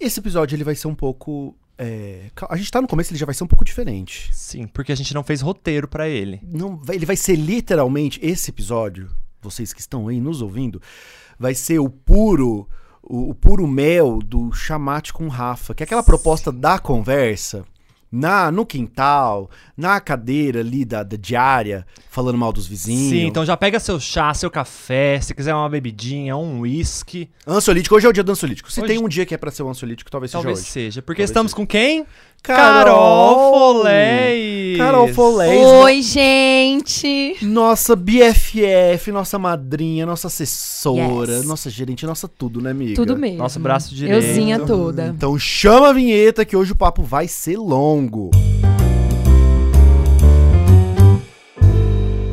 Esse episódio ele vai ser um pouco. é, cal- A gente tá no começo, ele já vai ser um pouco diferente. Sim, porque a gente não fez roteiro pra ele. Não, vai- ele vai ser literalmente esse episódio. Vocês que estão aí nos ouvindo, vai ser o puro, o, o puro mel do chamate com Rafa, que é aquela proposta da conversa na no quintal, na cadeira ali da, da diária, falando mal dos vizinhos. Sim, então já pega seu chá, seu café, se quiser uma bebidinha, um whisky, Ansiolítico, hoje é o dia do ansiolítico. Se Hoje- tem um dia que é pra ser o ansiolítico, talvez seja talvez hoje. seja. Porque Talvez estamos com quem? Carol Folei. Carol Folés. Oi, gente! Nossa BFF, nossa madrinha, nossa assessora, Yes. nossa gerente, nossa tudo, né, amiga? Tudo mesmo. Nosso braço direito. Euzinha toda. Então chama a vinheta que hoje o papo vai ser longo.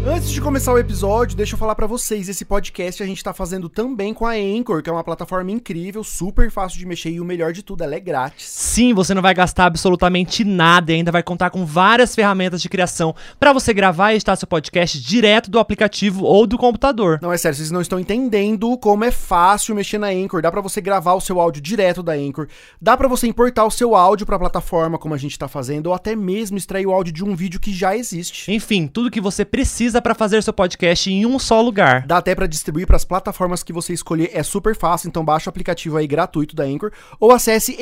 Antes de começar o episódio, deixa eu falar pra vocês, esse podcast a gente tá fazendo também com a Anchor, que é uma plataforma incrível, super fácil de mexer e o melhor de tudo, ela é grátis. Sim, você não vai gastar absolutamente nada e ainda vai contar com várias ferramentas de criação pra você gravar e editar seu podcast direto do aplicativo ou do computador. Não, é sério, vocês não estão entendendo como é fácil mexer na Anchor. Dá pra você gravar o seu áudio direto da Anchor. Dá pra você importar o seu áudio pra plataforma, como a gente tá fazendo, ou até mesmo extrair o áudio de um vídeo que já existe. Enfim, tudo que você precisa pra fazer seu podcast em um só lugar. Dá até pra distribuir pras plataformas que você escolher, é super fácil, então baixa o aplicativo aí gratuito da Anchor ou acesse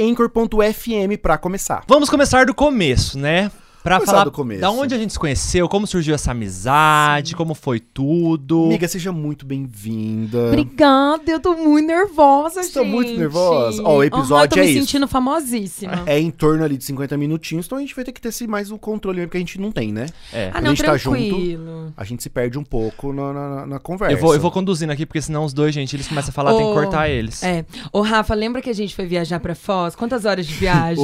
anchor.fm pra começar. Vamos começar do começo, né? Pra Começar falar do começo. da onde a gente se conheceu, como surgiu essa amizade, como foi tudo. Amiga, seja muito bem-vinda. Obrigada, eu tô muito nervosa, gente. Estou muito nervosa. Ó, o episódio eu tô é me isso. sentindo famosíssima. É em torno ali de 50 minutinhos, então a gente vai ter que ter esse mais um controle mesmo, porque a gente não tem, né? É. Ah, A não, gente tá tranquilo. A gente se perde um pouco na, na- na conversa. Eu vou, eu vou conduzindo aqui, porque senão os dois, gente, eles começam a falar, tem que Ô, cortar eles. É. Ô, Rafa, lembra que a gente foi viajar pra Foz? Quantas horas de viagem?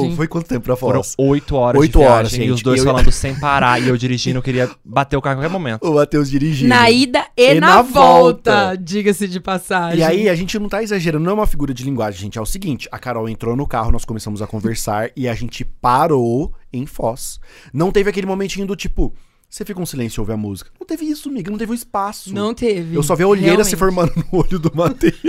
Ô, Foi quanto tempo pra fora? Foram oito horas Oito de viagem horas, e os gente. dois Eu- falando sem parar e eu dirigindo, eu queria bater o carro a qualquer momento. O Matheus dirigindo. Na ida e, na, volta, diga-se de passagem. E aí, a gente não tá exagerando, não é uma figura de linguagem, gente. É o seguinte: a Carol entrou no carro, nós começamos a conversar e a gente parou em Foz. Não teve aquele momentinho do tipo, você fica um silêncio e ouve a música. Não teve isso, amiga, não teve o espaço. Não teve. Eu só vi a olheira se Realmente. formando no olho do Matheus.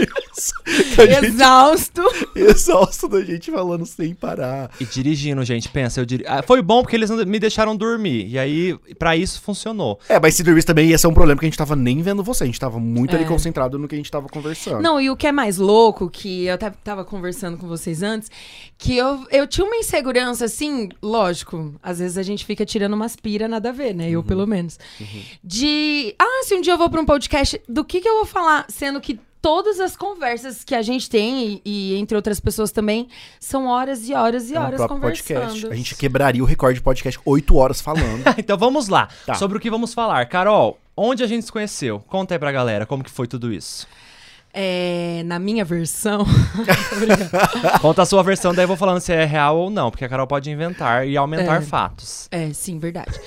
que a gente Exausto. exausto da gente falando sem parar. E dirigindo, gente, pensa, eu diri... Ah, Foi bom porque eles não- me deixaram dormir. E aí, pra isso, funcionou. É, mas se dormisse também ia ser um problema, porque a gente tava nem vendo você. A gente tava muito ali É. concentrado no que a gente tava conversando. Não, e o que é mais louco, que eu até tava conversando com vocês antes, que eu, eu tinha uma insegurança, assim, lógico, às vezes a gente fica tirando umas pira, nada a ver, né? Uhum. Eu, pelo menos. De, ah, se um dia eu vou pra um podcast, do que que eu vou falar? Sendo que todas as conversas que a gente tem, e, e entre outras pessoas também, são horas e horas e É um horas próprio conversando. podcast. A gente quebraria o recorde de podcast 8 horas falando. então vamos lá. Tá. Sobre o que vamos falar. Carol, onde a gente se conheceu? Conta aí pra galera como que foi tudo isso. É, na minha versão... Tô brincando. Conta a sua versão, daí eu vou falando se é real ou não, porque a Carol pode inventar e aumentar fatos. é, sim, verdade.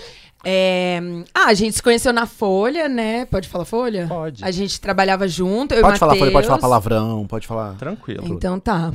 É, ah, a gente se conheceu na Folha, né? Pode falar Folha? Pode. A gente trabalhava junto, eu pode e falar, Matheus. pode, pode falar palavrão, pode falar. Tranquilo. Então tá.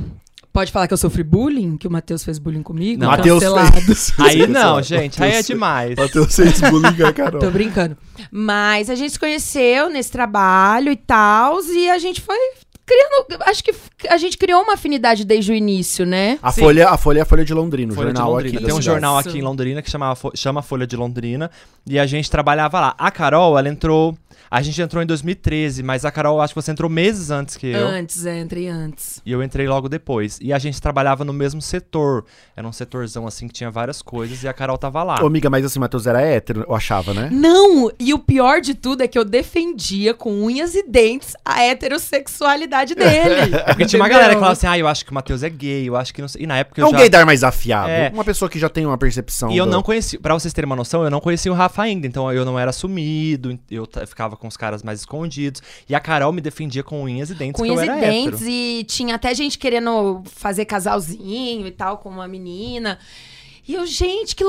Pode falar que eu sofri bullying, que o Matheus fez bullying comigo. Não, Matheus cancelado. fez. Aí não, gente, aí é demais. Matheus fez bullying com a Carol. Tô brincando. Mas a gente se conheceu nesse trabalho e tal, e a gente foi criando. Acho que f- a gente criou uma afinidade desde o início, né? A Sim. folha, a folha é a Folha de Londrina, o Folha de jornal Londrina. aqui. da Tem um cidade. jornal Isso. aqui em Londrina que chama, chama Folha de Londrina e a gente trabalhava lá. A Carol, ela entrou. A gente entrou em 2013, mas a Carol, acho que você entrou meses antes que eu. Antes, é, entrei antes. E eu entrei logo depois. E a gente trabalhava no mesmo setor. Era um setorzão assim que tinha várias coisas e a Carol tava lá. Ô, amiga, mas assim, Matheus era hétero, eu achava, né? Não! E o pior de tudo é que eu defendia com unhas e dentes a heterossexualidade dele. É Porque tinha uma Entendeu? galera que falava assim: ah, eu acho que o Matheus é gay, eu acho que não sei. E na época É eu um já. gaydar mais afiado. É. Uma pessoa que já tem uma percepção. E eu do- não conheci, pra vocês terem uma noção, eu não conhecia o Rafa ainda, então eu não era sumido, eu ta- ficava com os caras mais escondidos. E a Carol me defendia com unhas e dentes, com que eu unhas era e hétero. dentes e tinha até gente querendo fazer casalzinho e tal com uma menina. E eu, gente, que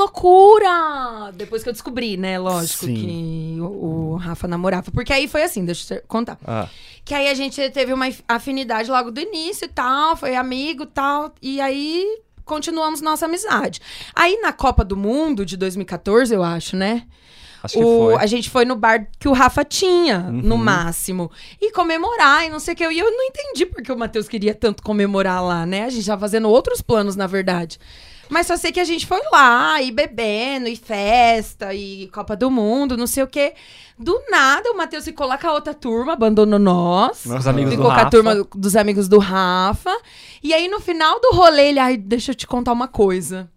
loucura! Depois que eu descobri, né, lógico, Sim. que o, o Rafa namorava. Porque aí foi assim, deixa eu te contar. Ah. Que aí a gente teve uma afinidade logo do início e tal, foi amigo e tal. E aí continuamos nossa amizade. Aí na Copa do Mundo de 2014, eu acho, né? Acho que O- foi. A gente foi no bar que o Rafa tinha, no Uhum. máximo. E comemorar, e não sei o que. E eu não entendi porque o Matheus queria tanto comemorar lá, né? A gente tava fazendo outros planos, na verdade. Mas só sei que a gente foi lá, e bebendo, e festa, e Copa do Mundo, não sei o quê. Do nada, o Matheus ficou lá com a outra turma, abandonou nós. Os amigos do Ficou com Rafa. a turma dos amigos do Rafa. E aí, no final do rolê, ele... Ai, deixa eu te contar uma coisa.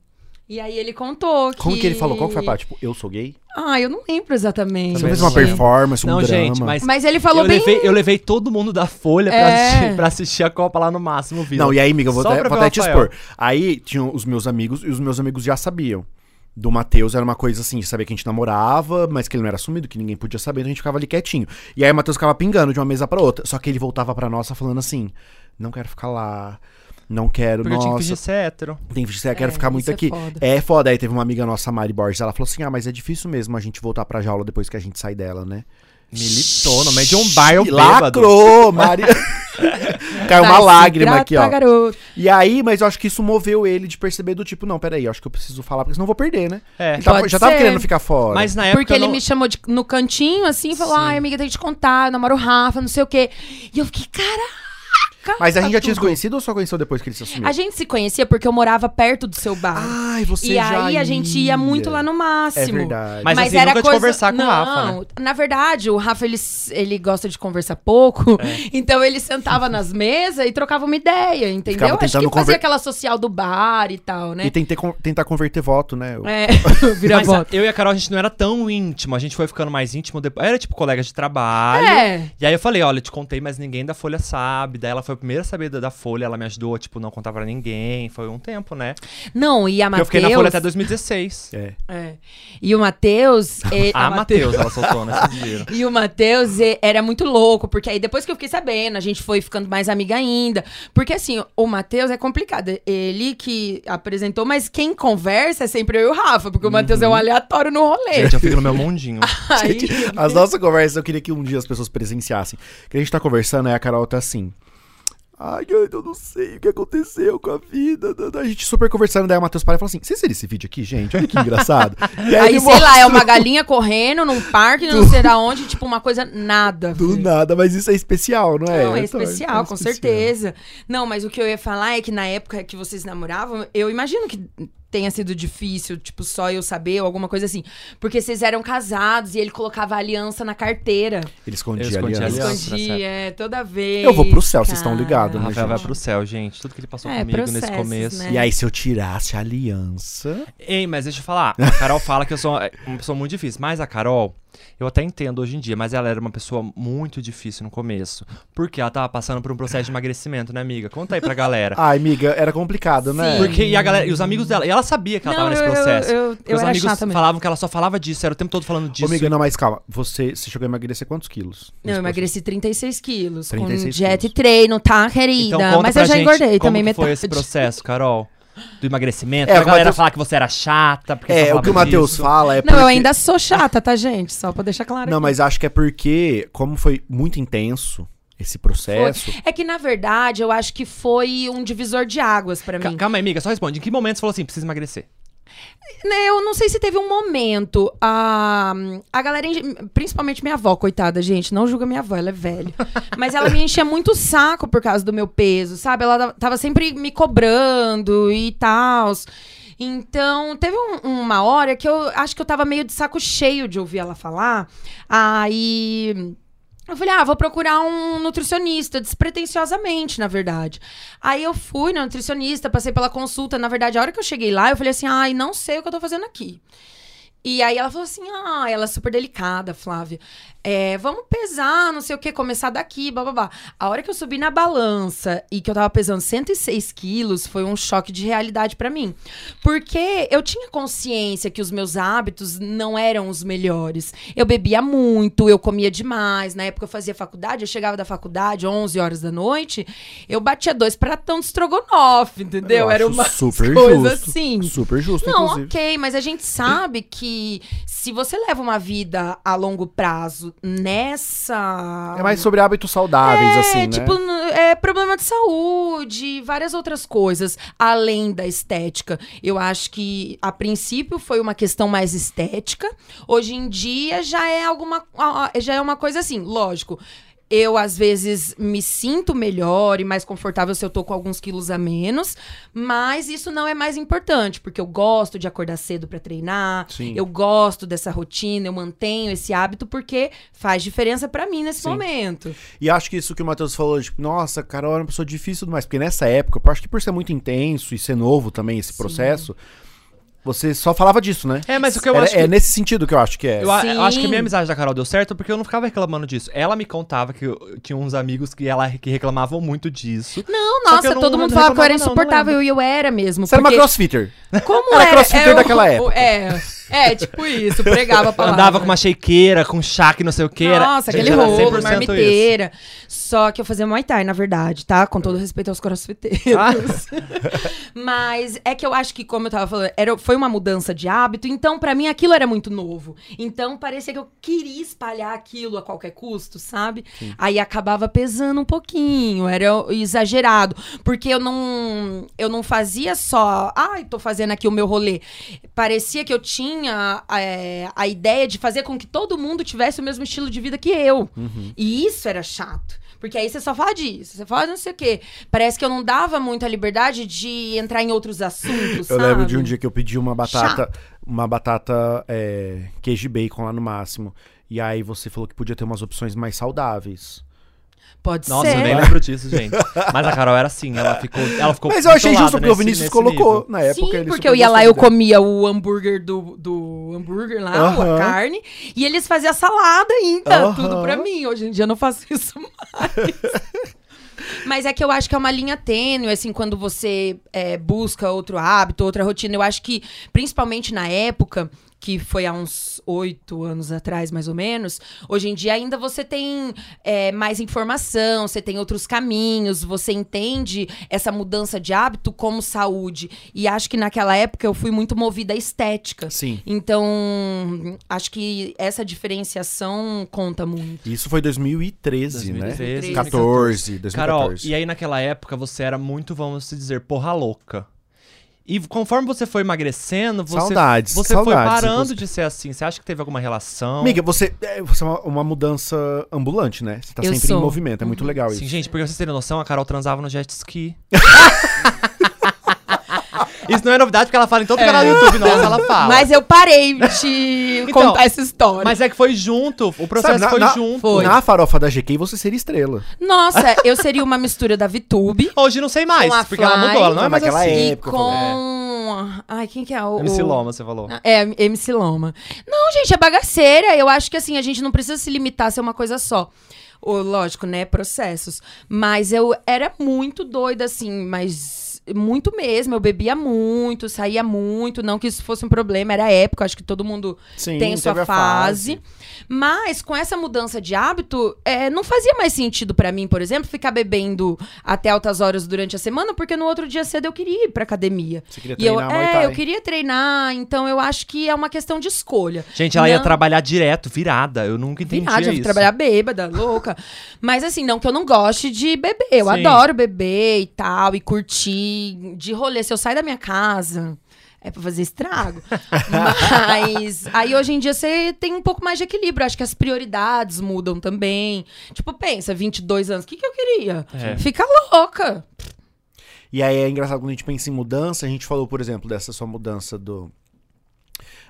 E aí, ele contou que... Como que ele falou? Qual que foi a parte? Tipo, eu sou gay? Ah, eu não lembro exatamente. Você fez não. uma performance, um Não, drama. gente, mas. Mas ele falou eu, bem... levei, eu levei todo mundo da Folha pra, É. assistir, pra assistir a Copa lá no máximo, viu? Não, e aí, amiga, eu vou Só até, pra vou ver o até te Rafael. expor. Aí tinham os meus amigos, e os meus amigos já sabiam. Do Matheus era uma coisa assim, de saber que a gente namorava, mas que ele não era assumido, que ninguém podia saber, então a gente ficava ali quietinho. E aí o Matheus ficava pingando de uma mesa pra outra. Só que ele voltava pra nossa falando assim: não quero ficar lá, não quero, Porque eu tinha que nossa. fingir ser hétero. Tem que eu quero É, ficar muito isso é aqui. foda. É foda. Aí teve uma amiga nossa, Mari Borges, ela falou assim: ah, mas é difícil mesmo a gente voltar pra jaula depois que a gente sai dela, né? Militou no meio de um bar, eu E bêbado. Lacrou, Mari. Caiu uma Vai se lágrima aqui, hidratar, ó. assim, garoto. E aí, mas eu acho que isso moveu ele de perceber do tipo, não, peraí, eu acho que eu preciso falar, porque senão eu vou perder, né? É. Ele tava- Pode já tava ser. querendo ficar fora. Mas na época. Porque ele É, não- me chamou de- no cantinho, assim, e falou: Ai, amiga, tem que te contar, eu namoro o Rafa, não sei o quê. E eu fiquei, caraca! Mas a tá gente já tinha se tudo." conhecido ou só conheceu depois que ele se assumiu? A gente se conhecia porque eu morava perto do seu bar. Ai, Ah, você e já aí a gente ia muito lá no É máximo. verdade. Mas- assim, nunca de conversar com o não, Rafa, né? Na verdade, o Rafa, ele, s- ele gosta de conversar pouco. É. Então, ele sentava nas mesas e trocava uma ideia, entendeu? Ficava Acho que tentando fazia conver- aquela social do bar e tal, né? E tentei con- tentar converter voto, né? Eu- É, vira Mas a- voto. eu e a Carol, a gente não era tão íntimo. A gente foi ficando mais íntimo depois. Era tipo colega de trabalho. É. E aí eu falei, olha, eu te contei, mas ninguém da Folha sabe. Daí ela foi a primeira a saber da, da Folha, ela me ajudou, tipo, não contar pra ninguém. Foi um tempo, né? Porque Não, e a eu fiquei na Folha Matheus... até 2016. É. É. E o Matheus... ele- Ah, a Mate- Matheus, ela soltou, né? Vocês viram. E o Matheus e- era muito louco, porque aí depois que eu fiquei sabendo, a gente foi ficando mais amiga ainda. Porque assim, o Matheus é complicado. Ele que apresentou, mas quem conversa é sempre eu e o Rafa, porque o Matheus Uhum. é um aleatório no rolê. Gente, eu fico no meu mundinho. Ah, Aí- As nossas conversas, eu queria que um dia as pessoas presenciassem. Que a gente tá conversando, aí a Carol tá assim. Ai, eu eu não sei o que aconteceu com a vida. da- da-". A gente super conversando, daí o Matheus para e fala assim: vocês viram esse vídeo aqui, gente? Olha que engraçado. E aí, ele sei lá, é mostra- uma galinha correndo num parque, não sei da onde, tipo, uma coisa nada. Do velho. nada, mas isso é especial, não é? Não, é Então, especial, é com especial. certeza. Não, mas o que eu ia falar é que na época que vocês namoravam, eu imagino que tenha sido difícil, tipo, só eu saber ou alguma coisa assim. Porque vocês eram casados e ele colocava a aliança na carteira. Ele escondia, Eu escondi ali. a aliança. tá nessa Escondia, é, toda vez. Eu vou pro céu, vocês estão cara. ligados, O né, Rafael vai gente? pro céu, gente. Tudo que ele passou É, comigo nesse processos, começo. né? E aí, se eu tirasse a aliança. Ei, mas deixa eu falar. A Carol fala que eu sou é, uma pessoa muito difícil. Mas a Carol, eu até entendo hoje em dia, mas ela era uma pessoa muito difícil no começo. Porque ela tava passando por um processo de emagrecimento, né, amiga? Conta aí pra Ah, galera. Ai, amiga, era complicado, né? Sim. Porque e a galera, e os amigos dela, e ela sabia que ela é. Não, tava nesse eu- eu- processo. eu- eu Porque os era amigos chata mesmo. falavam que ela só falava disso, era o tempo todo falando Ô, disso. amiga, não, mas calma. Você, você chegou a emagrecer quantos quilos? assim. Não, eu emagreci 36 quilos. 36 com dieta quilos. e treino, tá, querida? então, conta Mas pra eu já gente como engordei também que metade. foi esse processo, Carol? Do emagrecimento? É, É, a o galera Matheus- falar que você era chata, porque só É, o falava que o Matheus disso. fala é Não, eu porque- ainda sou chata, tá, gente? Só pra deixar claro. Não, aqui. mas acho que é porque, como foi muito intenso esse processo. É que, na verdade, eu acho que foi um divisor de águas pra Ca- mim. Calma aí, amiga, só responde. Em que momento você falou assim, precisa emagrecer? Né, Eu não sei se teve um momento. A, a galera, enche- principalmente minha avó, coitada, gente, não julga minha avó, ela é velha. Mas ela me enchia muito o saco por causa do meu peso, sabe? Ela tava- tava sempre me cobrando e tal. Então, teve um- uma hora que eu acho que eu tava meio de saco cheio de ouvir ela falar. Aí. Eu falei, ah, vou procurar um nutricionista, despretensiosamente, na verdade. Aí eu fui na nutricionista, passei pela consulta. Na verdade, a hora que eu cheguei lá, eu falei assim, ai, não sei o que eu tô fazendo aqui. E aí ela falou assim, ah, ela é super delicada, Flávia. É, vamos pesar, não sei o que, começar daqui, blá, blá, blá. A hora que eu subi na balança e que eu tava pesando 106 quilos, foi um choque de realidade pra mim. Porque eu tinha consciência que os meus hábitos não eram os melhores. Eu bebia muito, eu comia demais. Na época eu fazia faculdade, eu chegava da faculdade 11 horas da noite, eu batia dois pratão de estrogonofe, entendeu? eu Era acho uma super coisa justo, assim. Super justo, Não, inclusive. ok, mas a gente sabe que se você leva uma vida a longo prazo nessa. É mais sobre hábitos saudáveis, É, assim, tipo, né? n- é problema de saúde, várias outras coisas, além da estética. Eu acho que, a princípio, foi uma questão mais estética. Hoje em dia, já é alguma... a- a- Já é uma coisa assim, lógico... Eu, às vezes, me sinto melhor e mais confortável se eu tô com alguns quilos a menos, mas isso não é mais importante, porque eu gosto de acordar cedo pra treinar, Sim. eu gosto dessa rotina, eu mantenho esse hábito porque faz diferença pra mim nesse Sim. momento. E acho que isso que o Matheus falou, tipo, nossa, Carol era uma pessoa difícil e tudo mais. Porque nessa época, eu acho que por ser muito intenso e ser novo também esse processo, você só falava disso, né? É, mas o que eu Era- acho que é nesse sentido que eu acho que é. Eu, a- eu acho que a Sim. minha amizade da Carol deu certo porque eu não ficava reclamando disso. Ela me contava que eu- eu tinha uns amigos que, ela, que reclamavam muito disso. Não, Só que eu nossa, não- todo não mundo falava que eu era reclamava, não, não insuportável e eu era mesmo. Você era uma porque crossfitter. Como era era? crossfitter eu- daquela época. É, é, tipo isso, pregava a palavra. Andava com uma shakeira, com chá que não sei o que. era- Nossa, Gente, aquele era rolo, 100% isso. marmiteira. Só que eu fazia Muay Thai, na verdade, tá? Com todo respeito aos crossfiteiros. Mas é que eu acho que, como eu tava falando, era, foi uma mudança de hábito. Então, pra mim, aquilo era muito novo. Então, parecia que eu queria espalhar aquilo a qualquer custo, sabe? Aí acabava pesando um pouquinho, era exagerado. Porque eu não, eu não fazia só, ai, tô fazendo aqui o meu rolê. Parecia que eu tinha é, a ideia de fazer com que todo mundo tivesse o mesmo estilo de vida que eu. E isso era chato. Porque aí você só fala disso, você fala não sei o quê. Parece que eu não dava muita liberdade de entrar em outros assuntos, Eu sabe? lembro de um dia que eu pedi uma batata, uma batata é, queijo e bacon lá no máximo. E aí você falou que podia ter umas opções mais saudáveis. Pode Nossa, ser. eu nem lembro disso, gente. Mas a Carol era assim, ela ficou. Ela ficou Mas eu achei bitolada justo porque o nesse- Vinícius nesse colocou nível. na época. Sim, ele porque super eu ia gostou lá, eu da ideia. comia o hambúrguer do, do hambúrguer lá, Aham. a carne, e eles faziam a salada ainda, Aham. tudo pra mim. Hoje em dia eu não faço isso mais. Mas é que eu acho que é uma linha tênue, assim, quando você é, busca outro hábito, outra rotina. Eu acho que, principalmente na época, que foi há uns oito anos atrás, mais ou menos, hoje em dia ainda você tem é, mais informação, você tem outros caminhos, você entende essa mudança de hábito como saúde. E acho que naquela época eu fui muito movida à estética. Sim. Então, acho que essa diferenciação conta muito. Isso foi 2013, né? 2013, 14, 2014. Carol, e aí naquela época você era muito, vamos se dizer, porra louca. E conforme você foi emagrecendo, você, Saudades, você saudades. foi parando de ser assim. Você acha que teve alguma relação? Amiga, você é você é uma, uma mudança ambulante, né? Você tá Eu sempre em sou. Uhum. movimento, é muito legal isso. Sim, gente, porque pra vocês terem noção, a Carol transava no jet ski. Isso não é novidade, porque ela fala em todo canal do YouTube, nossa, ela fala. Mas Mas, eu parei de Então, contar essa história. é que foi junto, o processo Sabe, na- foi na- junto. Na farofa da GK você seria estrela. Nossa, eu seria uma mistura da ViTube Hoje não sei Com a mais, porque ela Fly. mudou, ela não é Não, mais naquela assim. É, e porque eu falei, com. Ai, quem que é o. MC o- Loma, você falou. É, MC Loma. Não, gente, é bagaceira. Eu acho que assim, a gente não precisa se limitar a ser uma coisa só. Ô, lógico, né? Processos. Mas eu era muito doida, assim, mas muito mesmo. Eu bebia muito, saía muito. Não que isso fosse um problema, era a época, acho que todo mundo Sim, tem sua teve a fase. Mas com essa mudança de hábito, é, não fazia mais sentido pra mim, por exemplo, ficar bebendo até altas horas durante a semana, porque no outro dia cedo eu queria ir pra academia. Você queria E eu, treinar Muay é, Thai. eu queria treinar, então eu acho que é uma questão de escolha. Gente, ela ia Não. trabalhar direto, virada. Eu nunca entendi é Verdade, eu isso. fui trabalhar bêbada, louca. Mas assim, não que eu não goste de beber. Eu Sim. adoro beber e tal, e curtir, de rolê. Se eu sair da minha casa, é pra fazer estrago. Mas aí hoje em dia você tem um pouco mais de equilíbrio. Acho que as prioridades mudam também. Tipo, pensa, 22 anos, o que, que eu queria? É. Fica louca. E aí é engraçado quando a gente pensa em mudança, a gente falou, por exemplo, dessa sua mudança do.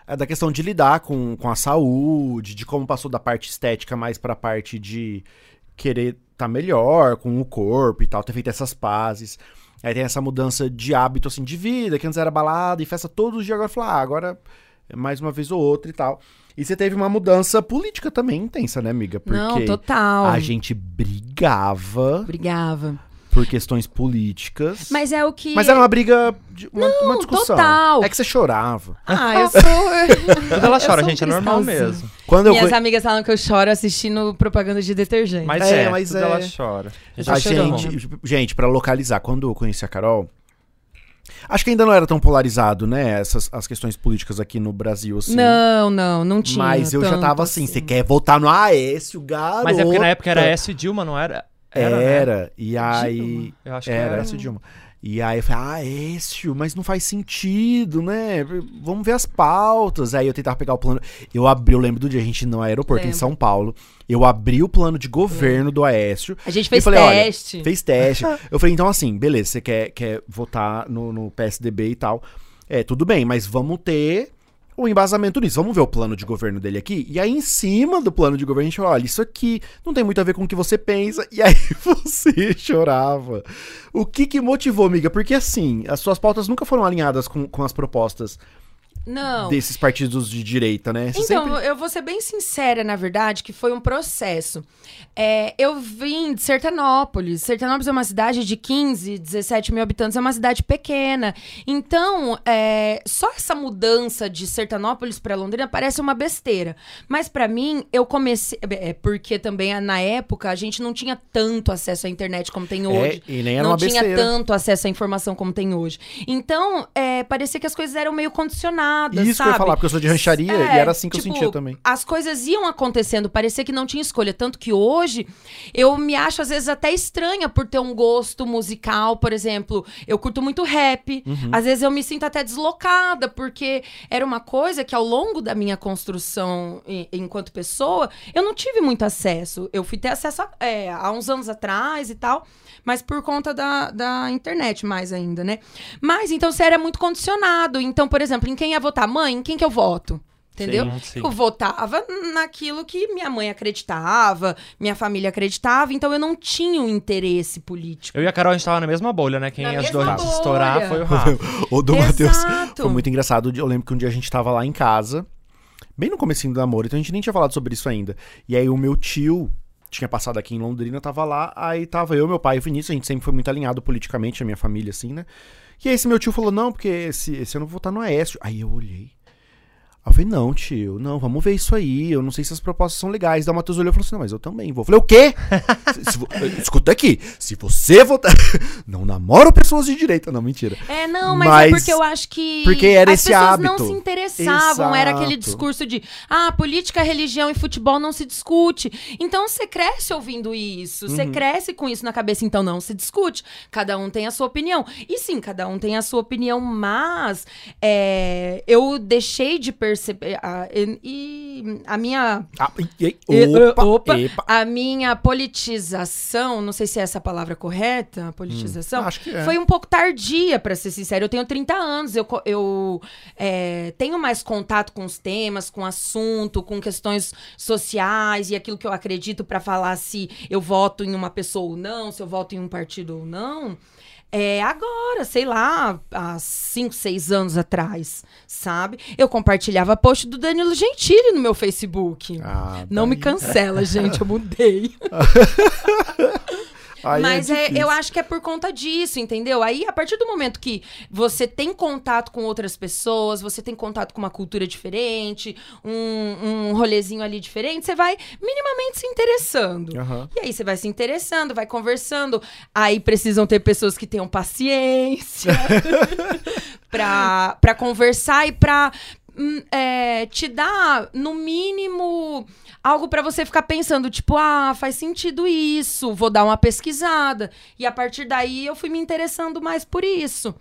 é, Da questão de lidar com, com a saúde, de como passou da parte estética mais pra parte de querer estar melhor com o corpo e tal, ter feito essas pazes. Aí tem essa mudança de hábito, assim, de vida, que antes era balada e festa todos os dias, agora falar, ah, agora é mais uma vez ou outra e tal. E você teve uma mudança política também intensa, né, amiga? Porque Não, total. a gente brigava Brigava. por questões políticas. Mas é o que. Mas era uma briga, de- uma, uma discussão. total. É que você chorava. Ah, eu sou. Quando ela Eu chora, sou um gente, é normal cristalzinho. mesmo. Quando eu Minhas fui- amigas falam que eu choro assistindo propaganda de detergente. Mas É, é, mas tudo é. ela chora. a chorou. gente, gente, para localizar, quando eu conheci a Carol, Acho que ainda não era tão polarizado, né? Essas as questões políticas aqui no Brasil, assim. Não, não, não tinha. Mas eu já tanto tava assim, você quer votar no Aécio, garoto? Mas é porque na época era S e Dilma, não era? Era, né? e aí... Dilma. Eu acho que Era, era. Aécio Dilma. E aí eu falei, "Ah, Aécio, mas não faz sentido, né? Vamos ver as pautas. Aí eu tentava pegar o plano. Eu abri, eu lembro do dia, a gente no aeroporto em Lembro. São Paulo. Eu abri o plano de governo do Aécio. A gente fez falei, olha, teste. Fez teste. Eu falei, então assim, beleza, você quer, quer votar no, no PSDB e tal. É, tudo bem, mas vamos ter o embasamento nisso. Vamos ver o plano de governo dele aqui. E aí, em cima do plano de governo, a gente falou, olha, isso aqui não tem muito a ver com o que você pensa. E aí você chorava. O que que motivou, amiga? Porque assim, as suas pautas nunca foram alinhadas com, com as propostas Não. desses partidos de direita, né? Você Então, sempre- eu vou ser bem sincera, na verdade, que foi um processo. É, eu vim de Sertanópolis. Sertanópolis é uma cidade de 15, 17 mil habitantes, é uma cidade pequena. Então, é, só essa mudança de Sertanópolis para Londrina parece uma besteira. Mas para mim, eu comecei. É porque também na época a gente não tinha tanto acesso à internet como tem hoje É, e nem era não uma tinha besteira. tanto acesso à informação como tem hoje. Então, é, parecia que as coisas eram meio condicionadas, Isso que eu ia sabe? falar, porque eu sou de rancharia É, e era assim que eu tipo, sentia também. As coisas iam acontecendo, parecia que não tinha escolha. Tanto que hoje eu me acho, às vezes, até estranha por ter um gosto musical, por exemplo. Eu curto muito rap. Uhum. Às vezes eu me sinto até deslocada, porque era uma coisa que ao longo da minha construção em- enquanto pessoa, eu não tive muito acesso. Eu fui ter acesso a- é, há uns anos atrás e tal, mas por conta da, da internet mais ainda, né? Mas então você era muito condicionado. Então, por exemplo, em quem ia votar? Mãe, em quem que eu voto? Entendeu? Sim, sim. Eu votava naquilo que minha mãe acreditava, minha família acreditava, então eu não tinha um interesse político. Eu e a Carol, a gente tava na mesma bolha, né? Quem Na ajudou a mesma gente a estourar bolha. foi o Rafa. O do Matheus. Exato. Foi muito engraçado. Eu lembro que um dia a gente tava lá em casa, bem no comecinho do namoro, então a gente nem tinha falado sobre isso ainda. E aí o meu tio tinha passado aqui em Londrina, tava lá, aí tava eu, meu pai e o Vinícius, a gente sempre foi muito alinhado politicamente, a minha família, assim, né? E aí esse meu tio falou, não, porque esse, esse ano eu vou votar no Aécio. Aí eu olhei. Aí eu falei, não, tio, não, vamos ver isso aí. Eu não sei se as propostas são legais. Daí o Matheus olhou e falou assim: não, mas eu também vou. Eu falei, o quê? Se- se vo- eh, Escuta aqui, se você votar. Não namoro pessoas de direita. Não, mentira. É, não, mas, Mas- é porque eu acho que porque era as esse pessoas não hábito. se interessavam. Era aquele Exato. discurso de ah, política, religião e futebol não se discute. Então você cresce ouvindo isso, Uhum. você cresce com isso na cabeça, então não se discute. Cada um tem a sua opinião. E sim, cada um tem a sua opinião, mas é, eu deixei de perceber. ah, e- e a minha Ah, e- e- E- opa, opa. epa. a minha politização, não sei se é essa a palavra Hum. correta, politização, acho que é. foi um pouco tardia, pra ser sincero. Eu tenho 30 anos, eu, co- eu é, tenho mais contato com os temas, com o assunto, com questões sociais e aquilo que eu acredito pra falar se eu voto em uma pessoa ou não, se eu voto em um partido ou não. É agora, sei lá, há 5, 6 anos atrás, sabe? Eu compartilhava post do Danilo Gentili no meu Facebook. Ah, Não me daí- cancela, gente, eu mudei. aí Mas é, difícil. eu acho que é por conta disso, entendeu? Aí, a partir do momento que você tem contato com outras pessoas, você tem contato com uma cultura diferente, um, um rolezinho ali diferente, você vai minimamente se interessando. Aham. E aí você vai se interessando, vai conversando. Aí precisam ter pessoas que tenham paciência pra, pra conversar e pra hum, é, te dar, no mínimo, algo pra você ficar pensando, tipo, ah, faz sentido isso, vou dar uma pesquisada. E a partir daí eu fui me interessando mais por isso.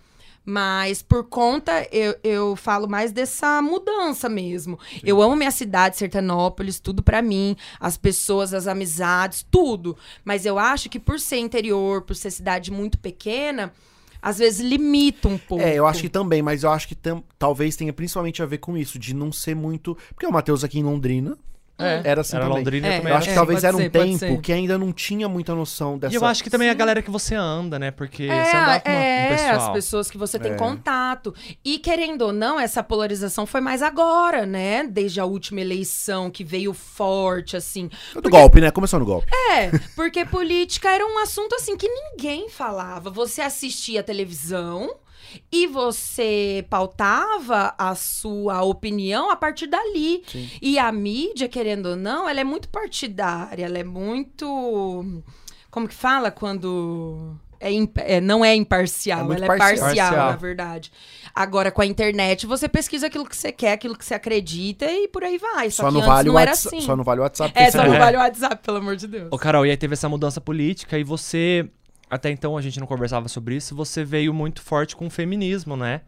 Mas por conta, eu, eu falo mais dessa mudança mesmo. Eu amo minha cidade, Sertanópolis, tudo pra mim, as pessoas, as amizades, tudo. Mas eu acho que por ser interior, por ser cidade muito pequena, às vezes limita um pouco. É, eu acho que também, mas eu acho que tam- talvez tenha principalmente a ver com isso, de não ser muito. Porque o Matheus aqui em Londrina É. era assim Era também. Londrina É, também. Eu acho que É, talvez pode era um ser, pode tempo ser. que ainda não tinha muita noção dessa. E eu acho que também é a galera que você anda, né? Porque você andava com, uma- com é, o pessoal. as pessoas que você tem É. contato. E querendo ou não, essa polarização foi mais agora, né? Desde a última eleição que veio forte, assim. Do golpe, né? Começou no golpe. É, porque política era um assunto assim que ninguém falava. Você assistia a televisão e você pautava a sua opinião a partir dali. Sim. E a mídia, querendo ou não, ela é muito partidária, ela é muito. Como que fala quando. é imp- é, não é imparcial, É muito ela é parcial. parcial, Parcial. na verdade. Agora, com a internet, você pesquisa aquilo que você quer, aquilo que você acredita e por aí vai. É, Só, Só que não, antes vale o não era Whats- assim. só não vale o WhatsApp. É, porque só você- não É. vale o WhatsApp, pelo amor de Deus. Ô, Carol, e aí teve essa mudança política e você. Até então a gente não conversava sobre isso. Você veio muito forte com o feminismo, né?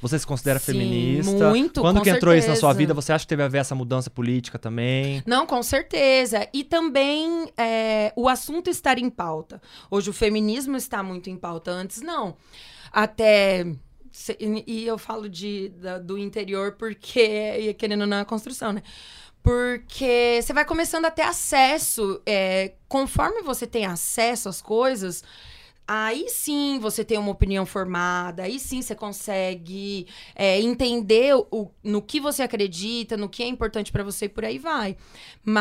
Você se considera Sim, feminista? muito, Quando com que entrou isso na sua certeza. vida? Você acha que teve a ver essa mudança política também? Não, com certeza. E também é, o assunto estar em pauta. Hoje o feminismo está muito em pauta. Antes, não. Até. se- e- E eu falo de, da- do interior porque, e querendo ou não, é construção, né? Porque você vai começando a ter acesso. é, conforme você tem acesso às coisas, aí sim você tem uma opinião formada, aí sim você consegue é, entender o, no que você acredita, no que é importante pra você e por aí vai.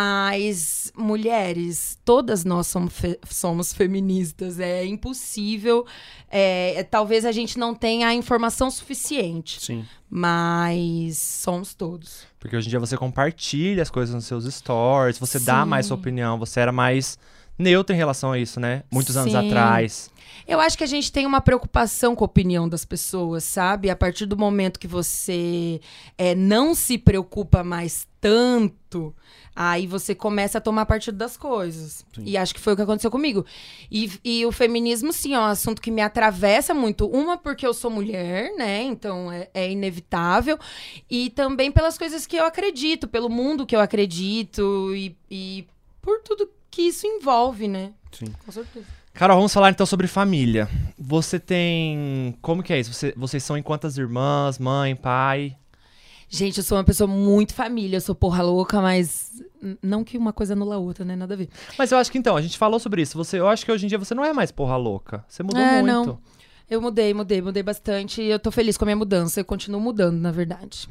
Mas, mulheres, todas nós somos, fe- somos feministas. É impossível. é, é, talvez a gente não tenha a informação suficiente, Sim. mas somos todos. Porque hoje em dia você compartilha as coisas nos seus stories, você dá Sim. mais sua opinião, você era mais neutra em relação a isso, né? Muitos anos Sim. atrás. Eu acho que a gente tem uma preocupação com a opinião das pessoas, sabe? A partir do momento que você é, não se preocupa mais tanto, aí você começa a tomar partido das coisas. Sim. E acho que foi o que aconteceu comigo. E, e o feminismo, sim, é um assunto que me atravessa muito. Uma, porque eu sou mulher, né? Então é, é inevitável. E também pelas coisas que eu acredito, pelo mundo que eu acredito e, e por tudo que isso envolve, né? Sim. Com certeza. Carol, vamos falar então sobre família. Você tem. Como que é isso? Você- vocês são em quantas irmãs? Mãe, pai? Gente, eu sou uma pessoa muito família, eu sou porra louca, mas n- não que uma coisa anula a outra, né? Nada a ver. Mas eu acho que então, a gente falou sobre isso. Você, eu acho que hoje em dia você não é mais porra louca. Você mudou É, muito. não. Eu mudei, mudei, mudei bastante e eu tô feliz com a minha mudança. Eu continuo mudando, na verdade.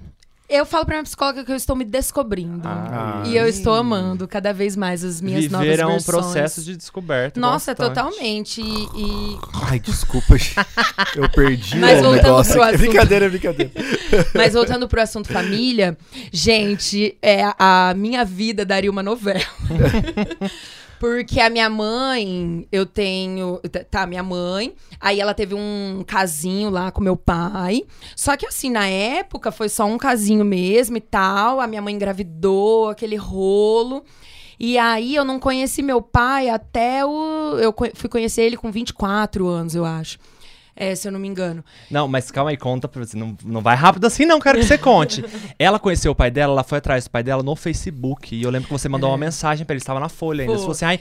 Eu falo pra minha psicóloga que eu estou me descobrindo. Ah. e eu estou amando cada vez mais as minhas novas Viver é um versões. processo de descoberta. Nossa, é constante. totalmente. E, e- Ai, desculpa, gente. Eu perdi Mas o voltando negócio. pro aqui. É assunto. brincadeira, é brincadeira. Mas voltando pro assunto família, gente, é, a minha vida daria uma novela. Porque a minha mãe, eu tenho. Tá, minha mãe. Aí ela teve um casinho lá com meu pai. Só que assim, na época foi só um casinho mesmo e tal. A minha mãe engravidou, aquele rolo. E aí eu não conheci meu pai até o. Eu co- fui conhecer ele com 24 anos, eu acho. É, se eu não me engano. Não, mas calma aí, conta pra você. Não, não vai rápido assim, não, quero que você conte. ela conheceu o pai dela, ela foi atrás do pai dela no Facebook. E eu lembro que você mandou uma mensagem pra ele, estava na folha ainda. É. Foi. Você falou assim, ai,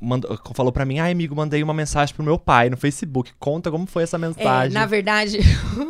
mandou- falou pra mim, ai, amigo, mandei uma mensagem pro meu pai no Facebook. Conta como foi essa É, mensagem. na verdade,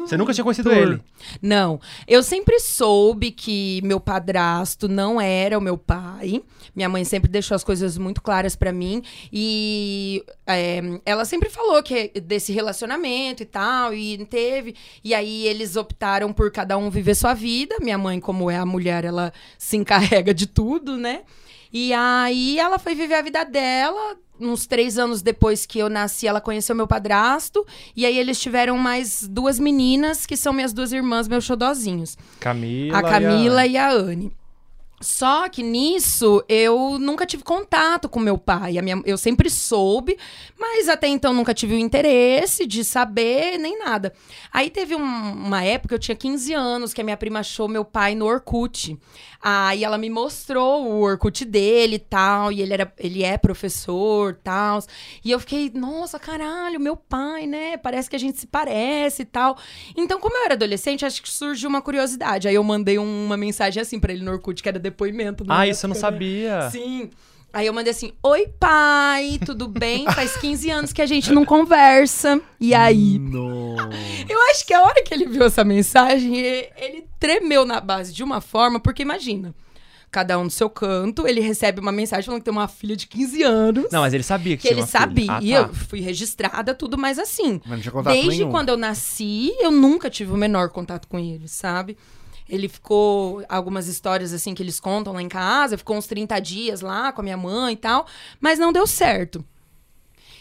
Você nunca tinha conhecido Tur. ele. Não. Eu sempre soube que meu padrasto não era o meu pai. Minha mãe sempre deixou as coisas muito claras pra mim. E é, ela sempre falou que é desse relacionamento e tal, e teve. E aí eles optaram por cada um viver sua vida. Minha mãe, como é a mulher, ela se encarrega de tudo, né? E aí ela foi viver a vida dela. Uns três anos depois que eu nasci, ela conheceu meu padrasto. E aí eles tiveram mais duas meninas, que são minhas duas irmãs, meus xodózinhos. Camila. a Camila e e a Anne. Só que nisso eu nunca tive contato com meu pai. A minha- eu sempre soube, mas até então nunca tive o interesse de saber nem nada. Aí teve um- uma época, eu tinha 15 anos, que a minha prima achou meu pai no Orkut. Aí ela me mostrou o Orkut dele e tal, e ele, era, ele é professor e tal. E eu fiquei, nossa, caralho, meu pai, né? Parece que a gente se parece e tal. Então, como eu era adolescente, acho que surgiu uma curiosidade. Aí eu mandei um- uma mensagem assim pra ele no Orkut, que era depoimento. na Ah, isso eu não época, né? sabia. Sim. Aí eu mandei assim: Oi, pai, tudo bem? Faz 15 anos que a gente não conversa. E aí? Nossa. Eu acho que a hora que ele viu essa mensagem, e- ele tremeu na base de uma forma, porque imagina. Cada um do seu canto, ele recebe uma mensagem falando que tem uma filha de 15 anos. Não, mas ele sabia que, que tinha ele uma filha. sabia. Ah, E tá. eu fui registrada, tudo, mas assim. Mas não tinha contato Desde nenhum. quando eu nasci, eu nunca tive o menor contato com ele, sabe? Ele ficou algumas histórias assim que eles contam lá em casa, ficou uns 30 dias lá com a minha mãe e tal, mas não deu certo.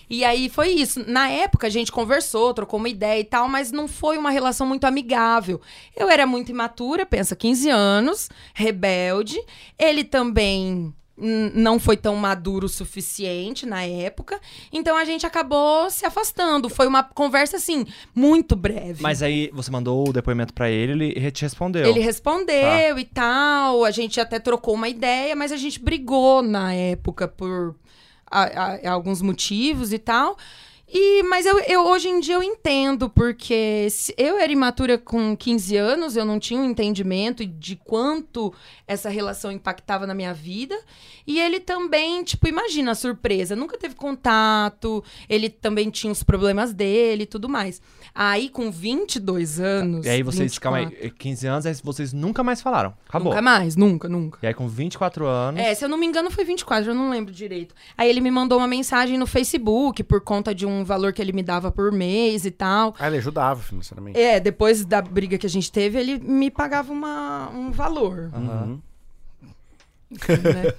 E aí foi isso. Na época a gente conversou, trocou uma ideia e tal, mas não foi uma relação muito amigável. Eu era muito imatura, pensa, 15 anos, rebelde. Ele também n- não foi tão maduro o suficiente na época. Então a gente acabou se afastando. Foi uma conversa, assim, muito breve. Mas aí você mandou o depoimento pra ele, ele te respondeu. Tá. Ele respondeu e tal, a gente até trocou uma ideia, mas a gente brigou na época por a- a- alguns motivos e tal. E, mas eu, eu- hoje em dia eu entendo, porque se- eu era imatura com 15 anos, eu não tinha um entendimento de quanto essa relação impactava na minha vida. E ele também, tipo, imagina a surpresa, nunca teve contato, ele também tinha os problemas dele e tudo mais. Aí com 22 anos. Tá, E aí vocês, calma 24. aí, 15 anos, aí vocês nunca mais falaram. Acabou. É. Nunca mais, nunca, nunca. E aí com 24 anos. É, se eu não me engano, foi 24, eu não lembro direito. Aí ele me mandou uma mensagem no Facebook por conta de um valor que ele me dava por mês e tal. Ah, ele ajudava financeiramente. É, depois da briga que a gente teve, ele me pagava uma, um valor, Aham. Uhum. né?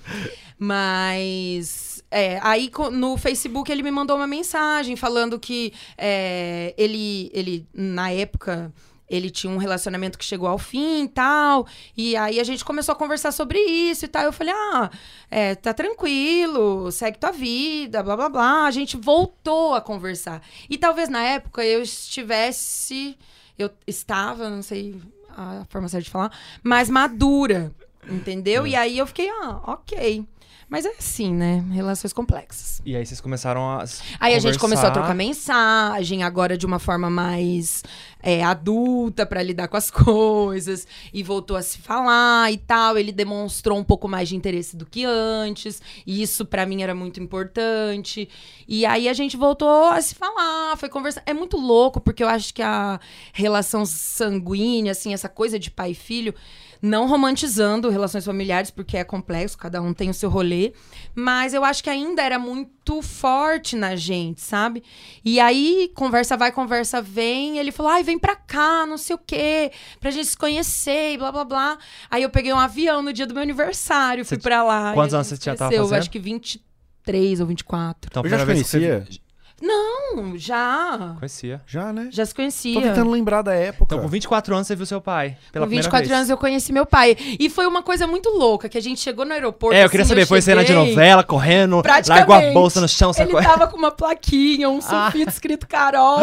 Mas. É, aí co- no Facebook ele me mandou uma mensagem falando que é, ele, ele, na época, ele tinha um relacionamento que chegou ao fim e tal. E aí a gente começou a conversar sobre isso e tal. Eu falei, ah, é, tá tranquilo, segue tua vida, blá blá blá. A gente voltou a conversar. E talvez na época eu estivesse. Eu estava, não sei a forma certa de falar, mas madura. Entendeu? E aí eu fiquei, ah, ok. Mas é assim, né? Relações complexas. E aí vocês começaram a. Aí a gente conversar. começou a trocar mensagem, agora de uma forma mais é, adulta pra lidar com as coisas, e voltou a se falar e tal. Ele demonstrou um pouco mais de interesse do que antes, e isso pra mim era muito importante. E aí a gente voltou a se falar, foi conversar. É muito louco, porque eu acho que a relação sanguínea, assim, essa coisa de pai e filho, não romantizando relações familiares, porque é complexo, cada um tem o seu rolê, mas eu acho que ainda era muito forte na gente, sabe? E aí, conversa vai, conversa vem, ele falou, ai, vem pra cá, não sei o quê, pra gente se conhecer e blá, blá, blá. Aí eu peguei um avião no dia do meu aniversário, fui Você pra lá. e quantos a anos gente você tinha- tava cresceu, fazendo? Acho que 23 ou 24. Então, a Eu já primeira vez te Que você... Não, já, Conhecia. Já, né? já se conhecia. Tô tentando lembrar da época. Então, com 24 anos, você viu seu pai. Pela com primeira 24 vez. anos eu conheci meu pai. E foi uma coisa muito louca, que a gente chegou no aeroporto. É, eu queria assim, saber, foi cena de cheguei, novela, correndo, Praticamente. largou a bolsa no chão, Ele sacou? tava com uma plaquinha, um sulfito escrito Carol.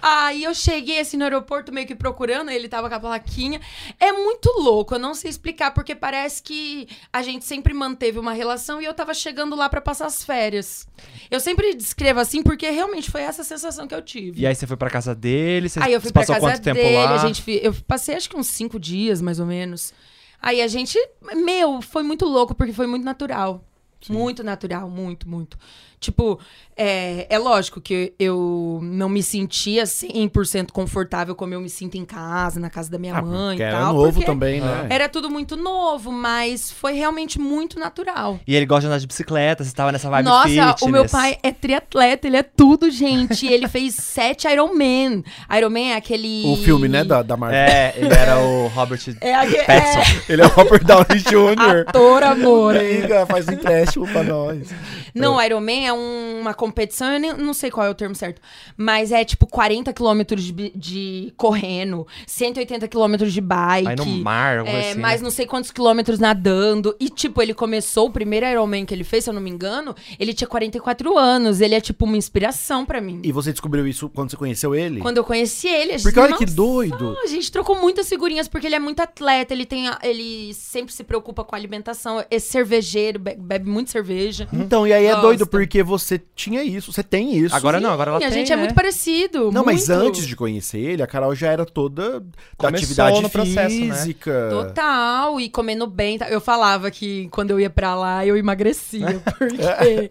Aí eu cheguei assim no aeroporto meio que procurando, ele tava com a plaquinha. É muito louco, eu não sei explicar, porque parece que a gente sempre manteve uma relação e eu tava chegando lá pra passar as férias. Eu sempre descrevo assim, porque realmente foi essa sensação que eu tive. E aí você foi pra casa dele, você Aí eu fui pra passou casa quanto tempo dele, lá? a gente, fi- eu passei acho que uns cinco dias, mais ou menos. Aí a gente, meu, foi muito louco, porque foi muito natural. Muito natural, muito, muito. Tipo, é, é lógico que eu não me assim, sentia 100% confortável como eu me sinto em casa, na casa da minha Ah, mãe porque e era tal. novo porque também, né? Era tudo muito novo, mas foi realmente muito natural. E ele gosta de andar de bicicleta, você tava nessa vibe Nossa, fitness. o meu pai é triatleta, ele é tudo, gente. Ele fez sete Iron Man. Iron Man é aquele. O filme, né, da, da Marvel. É, ele era o Robert É Ah, aquele. Pattinson. Ele é o Robert Downey Jr. Ator, amor. Liga, faz um empréstimo pra nós. Não, o Iron Man é um- uma competição, eu nem- não sei qual é o termo certo, mas é tipo 40 quilômetros de, bi- de correndo, 180 quilômetros de bike. Aí no mar, alguma coisa É, né? assim. mais não sei quantos quilômetros nadando. E, tipo, ele começou o primeiro Iron Man que ele fez, se eu não me engano. Ele tinha 44 anos. Ele é, tipo, uma inspiração pra mim. E você descobriu isso quando você conheceu ele? Quando eu conheci ele, a gente. Porque olha que Nossa, doido. a gente trocou muitas figurinhas porque ele é muito atleta, ele tem, a- ele sempre se preocupa com a alimentação, é cervejeiro, be- bebe muito cerveja. Então, e aí é Gosta. doido porque você tinha isso, você tem isso. Agora não, agora ela e a tem, gente é né? muito parecido. Não, mas muito. antes de conhecer ele, a Carol já era toda da Começou atividade no processo, né? física. Total, e comendo bem. tá? Eu falava que quando eu ia pra lá, eu emagrecia. Porque.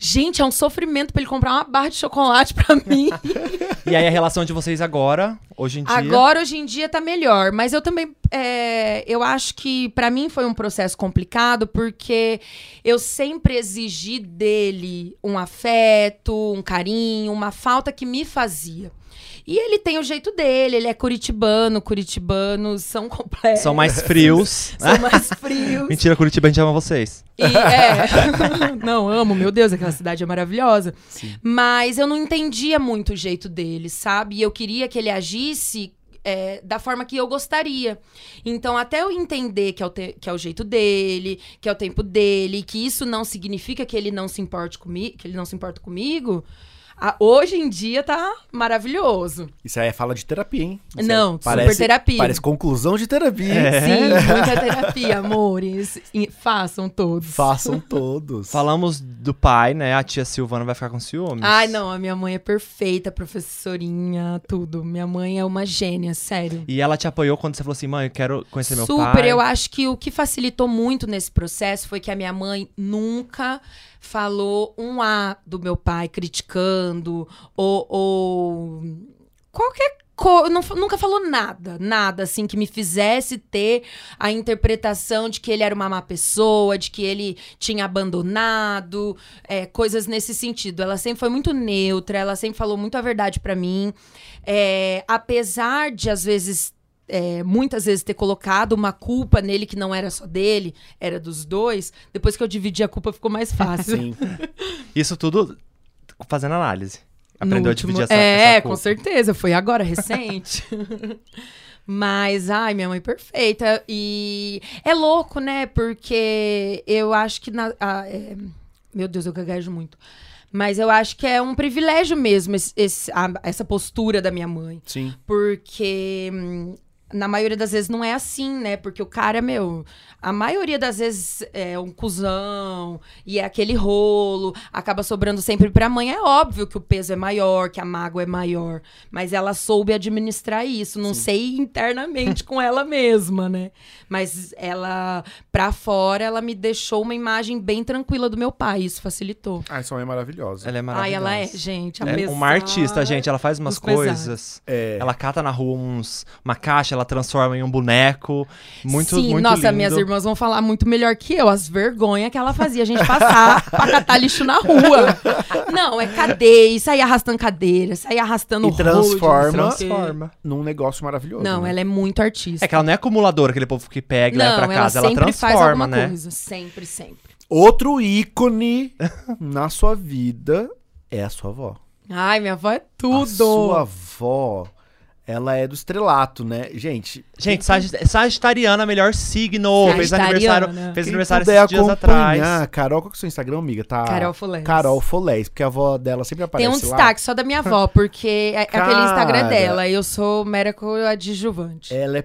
gente, é um sofrimento pra ele comprar uma barra de chocolate pra mim. E aí a relação de vocês agora, hoje em dia... Agora, hoje em dia, tá melhor. Mas eu também. é, eu acho que pra mim foi um processo complicado, porque eu sempre exigi dele um afeto, um carinho, uma falta que me fazia. E ele tem o jeito dele, ele é curitibano, curitibanos são complexos. São mais frios. São mais frios. Mentira, Curitiba, a gente ama vocês. E, é. não, amo, meu Deus, aquela cidade é maravilhosa. Mas eu não entendia muito o jeito dele, sabe? E eu queria que ele agisse é, da forma que eu gostaria. Então, até eu entender que é, o te- que é o jeito dele, que é o tempo dele, que isso não significa que ele não se importe comigo, que ele não se importa comigo. a- hoje em dia tá maravilhoso. Isso aí é fala de terapia, hein? Isso Não, aí super terapia. É. Parece É. conclusão de terapia. hein? Sim, muita terapia, amores. E façam todos. Façam todos. Falamos do pai, né? A tia Silvana vai ficar com ciúmes. Ai, não, a minha mãe é perfeita, professorinha, tudo. Minha mãe é uma gênia, sério. E ela te apoiou quando você falou assim, mãe, eu quero conhecer meu pai. Super, eu acho que o que facilitou muito nesse processo foi que a minha mãe nunca falou um A do meu pai criticando ou, ou qualquer coisa. Nunca falou nada, nada assim que me fizesse ter a interpretação de que ele era uma má pessoa, de que ele tinha abandonado, é, coisas nesse sentido. Ela sempre foi muito neutra, ela sempre falou muito a verdade pra mim. É, apesar de, às vezes, é, muitas vezes ter colocado uma culpa nele que não era só dele, era dos dois, depois que eu dividi a culpa ficou mais fácil. Sim. Isso tudo fazendo análise. No Aprendeu a último- dividir essa, É, essa com culpa. certeza. Foi agora, recente. Mas, ai, minha mãe perfeita. E é louco, né? Porque eu acho que. na- ah, é, Meu Deus, eu gaguejo muito. Mas eu acho que é um privilégio mesmo esse- esse- a- essa postura da minha mãe. Sim. Porque. hum, Na maioria das vezes não é assim, né? Porque o cara, meu, a maioria das vezes é um cuzão e é aquele rolo, acaba sobrando sempre pra mãe. É óbvio que o peso é maior, que a mágoa é maior, mas ela soube administrar isso. Não sei internamente com ela mesma, né? Mas ela, pra fora, ela me deixou uma imagem bem tranquila do meu pai. Isso facilitou. Ah, sua mãe é maravilhosa. Ela é maravilhosa. Ai, ela é, gente. É uma artista, gente. Ela faz umas dos pesares. coisas. Ela cata na rua uns, uma caixa, ela transforma em um boneco. Muito, Sim, muito nossa, lindo. minhas irmãs vão falar muito melhor que eu. As vergonhas que ela fazia a gente passar pra catar lixo na rua. Não, é cadeia, e sair arrastando cadeira, sair arrastando E rolo, transforma- não sei o quê. Transforma. Num negócio maravilhoso. Não, né? ela é muito artista. É que ela não é acumuladora, aquele povo que pega e não, leva pra casa. Ela, sempre transforma, faz alguma né? coisa. Sempre, sempre. Outro ícone na sua vida é a sua avó. Ai, minha avó é A sua tudo. avó, ela é do estrelato, né? Gente, Gente, sag- Sagitariana, melhor signo. Fez Então, Sagitariana. né? aniversário, fez quem aniversário puder esses dias atrás. Carol, qual que é o seu Instagram, amiga? Tá... Carol Fulés. Carol Folés, porque a avó dela sempre Tem aparece um lá. destaque só da minha avó, porque é- aquele Cara. Instagram é dela. Eu sou mera coadjuvante. Ela é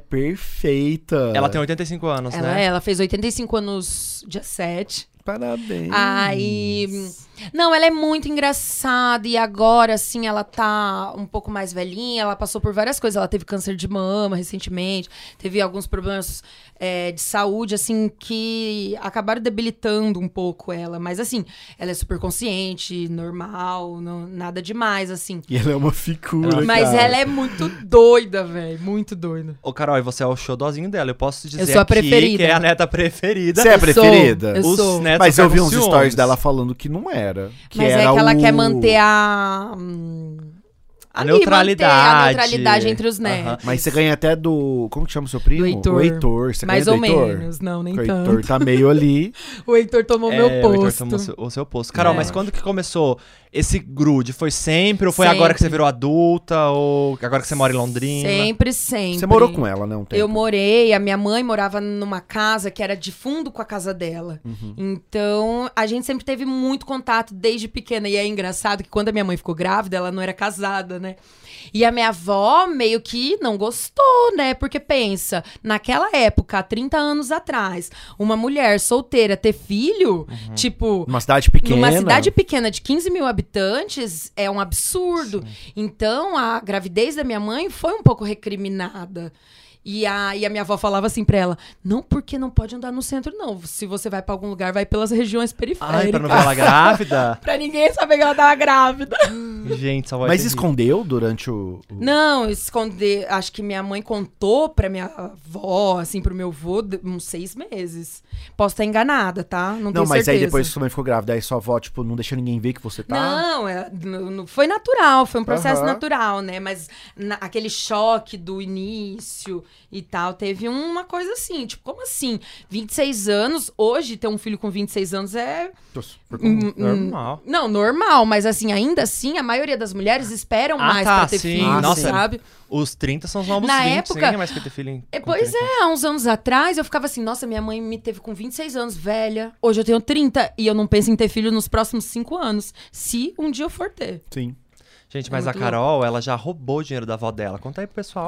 perfeita. Ela tem 85 anos, ela, é. né? ela fez 85 anos dia 7. Parabéns. Aí. Não, ela é muito engraçada. E agora, assim, ela tá um pouco mais velhinha. Ela passou por várias coisas. Ela teve câncer de mama recentemente. Teve alguns problemas é, de saúde, assim, que acabaram debilitando um pouco ela. Mas, assim, ela é super consciente, normal, não- nada demais, assim. E ela é uma figura, Mas cara. ela é muito doida, velho. Muito doida. Ô, Carol, e você é o xodózinho dela. Eu posso dizer Eu sou a aqui preferida. que é a neta preferida. Você é a Eu sou- preferida? eu Os sou. netos Mas eu vi ficam uns com stories ciúmes. dela falando que não era. Que Mas era é que ela o- quer manter a. hum, A ali, neutralidade. Manter a neutralidade entre os né? netos. Aham. Mas você ganha até do... Como que chama o seu primo? Do Heitor. O Heitor. Você Mais ou ganha do Heitor? menos, não, nem Porque O tanto. Heitor tá meio ali. O Heitor tomou É, meu o Heitor posto. tomou o seu- o seu posto. Carol, É. mas quando que começou esse grude? Foi sempre ou foi Sempre. agora que você virou adulta? Ou agora que você mora em Londrina? Sempre, sempre. Você morou com ela, né? Um tempo. Eu morei, a minha mãe morava numa casa que era de fundo com a casa dela. Uhum. Então, a gente sempre teve muito contato desde pequena. E é engraçado que quando a minha mãe ficou grávida, ela não era casada, né? E a minha avó meio que não gostou, né? Porque pensa, naquela época, há 30 anos atrás, uma mulher solteira ter filho, Uhum. tipo, Numa cidade pequena. Numa cidade pequena de 15 mil habitantes é um absurdo. Então a gravidez da minha mãe foi um pouco recriminada. E a, e a minha avó falava assim pra ela: não, porque não pode andar no centro, não. Se você vai pra algum lugar, vai pelas regiões Ai, pra periféricas. não ver ela grávida? Pra ninguém saber que ela tava grávida. Gente, só vai Mas ter escondeu durante o... o- Não, esconder. Acho que minha mãe contou pra minha avó, assim, pro meu avô, de- uns seis meses. Posso estar enganada, tá? Não, Não, tenho mas aí certeza. depois que sua mãe ficou grávida, aí sua avó, tipo, não deixou ninguém ver que você tá. Não, é- n- n- foi natural, foi um processo Aham. natural, né? Mas na- aquele choque do início e tal, teve uma coisa assim, tipo, como assim? 26 anos, hoje ter um filho com 26 anos é. Tô super com- hum, hum, Normal. Não, normal, mas assim, ainda assim, a maioria das mulheres esperam mais tá, pra ter sim. filho, Nossa. sabe? Os 30 são os novos Na 20. época- Ninguém mais quer ter filho em- É, com pois 30. é, há uns anos atrás eu ficava assim, nossa, minha mãe me teve com 26 anos, velha. Hoje eu tenho 30 e eu não penso em ter filho nos próximos 5 anos, se um dia eu for ter. Sim. Gente, É mas a muito Carol, ela já roubou o dinheiro da avó dela. Conta aí pro pessoal.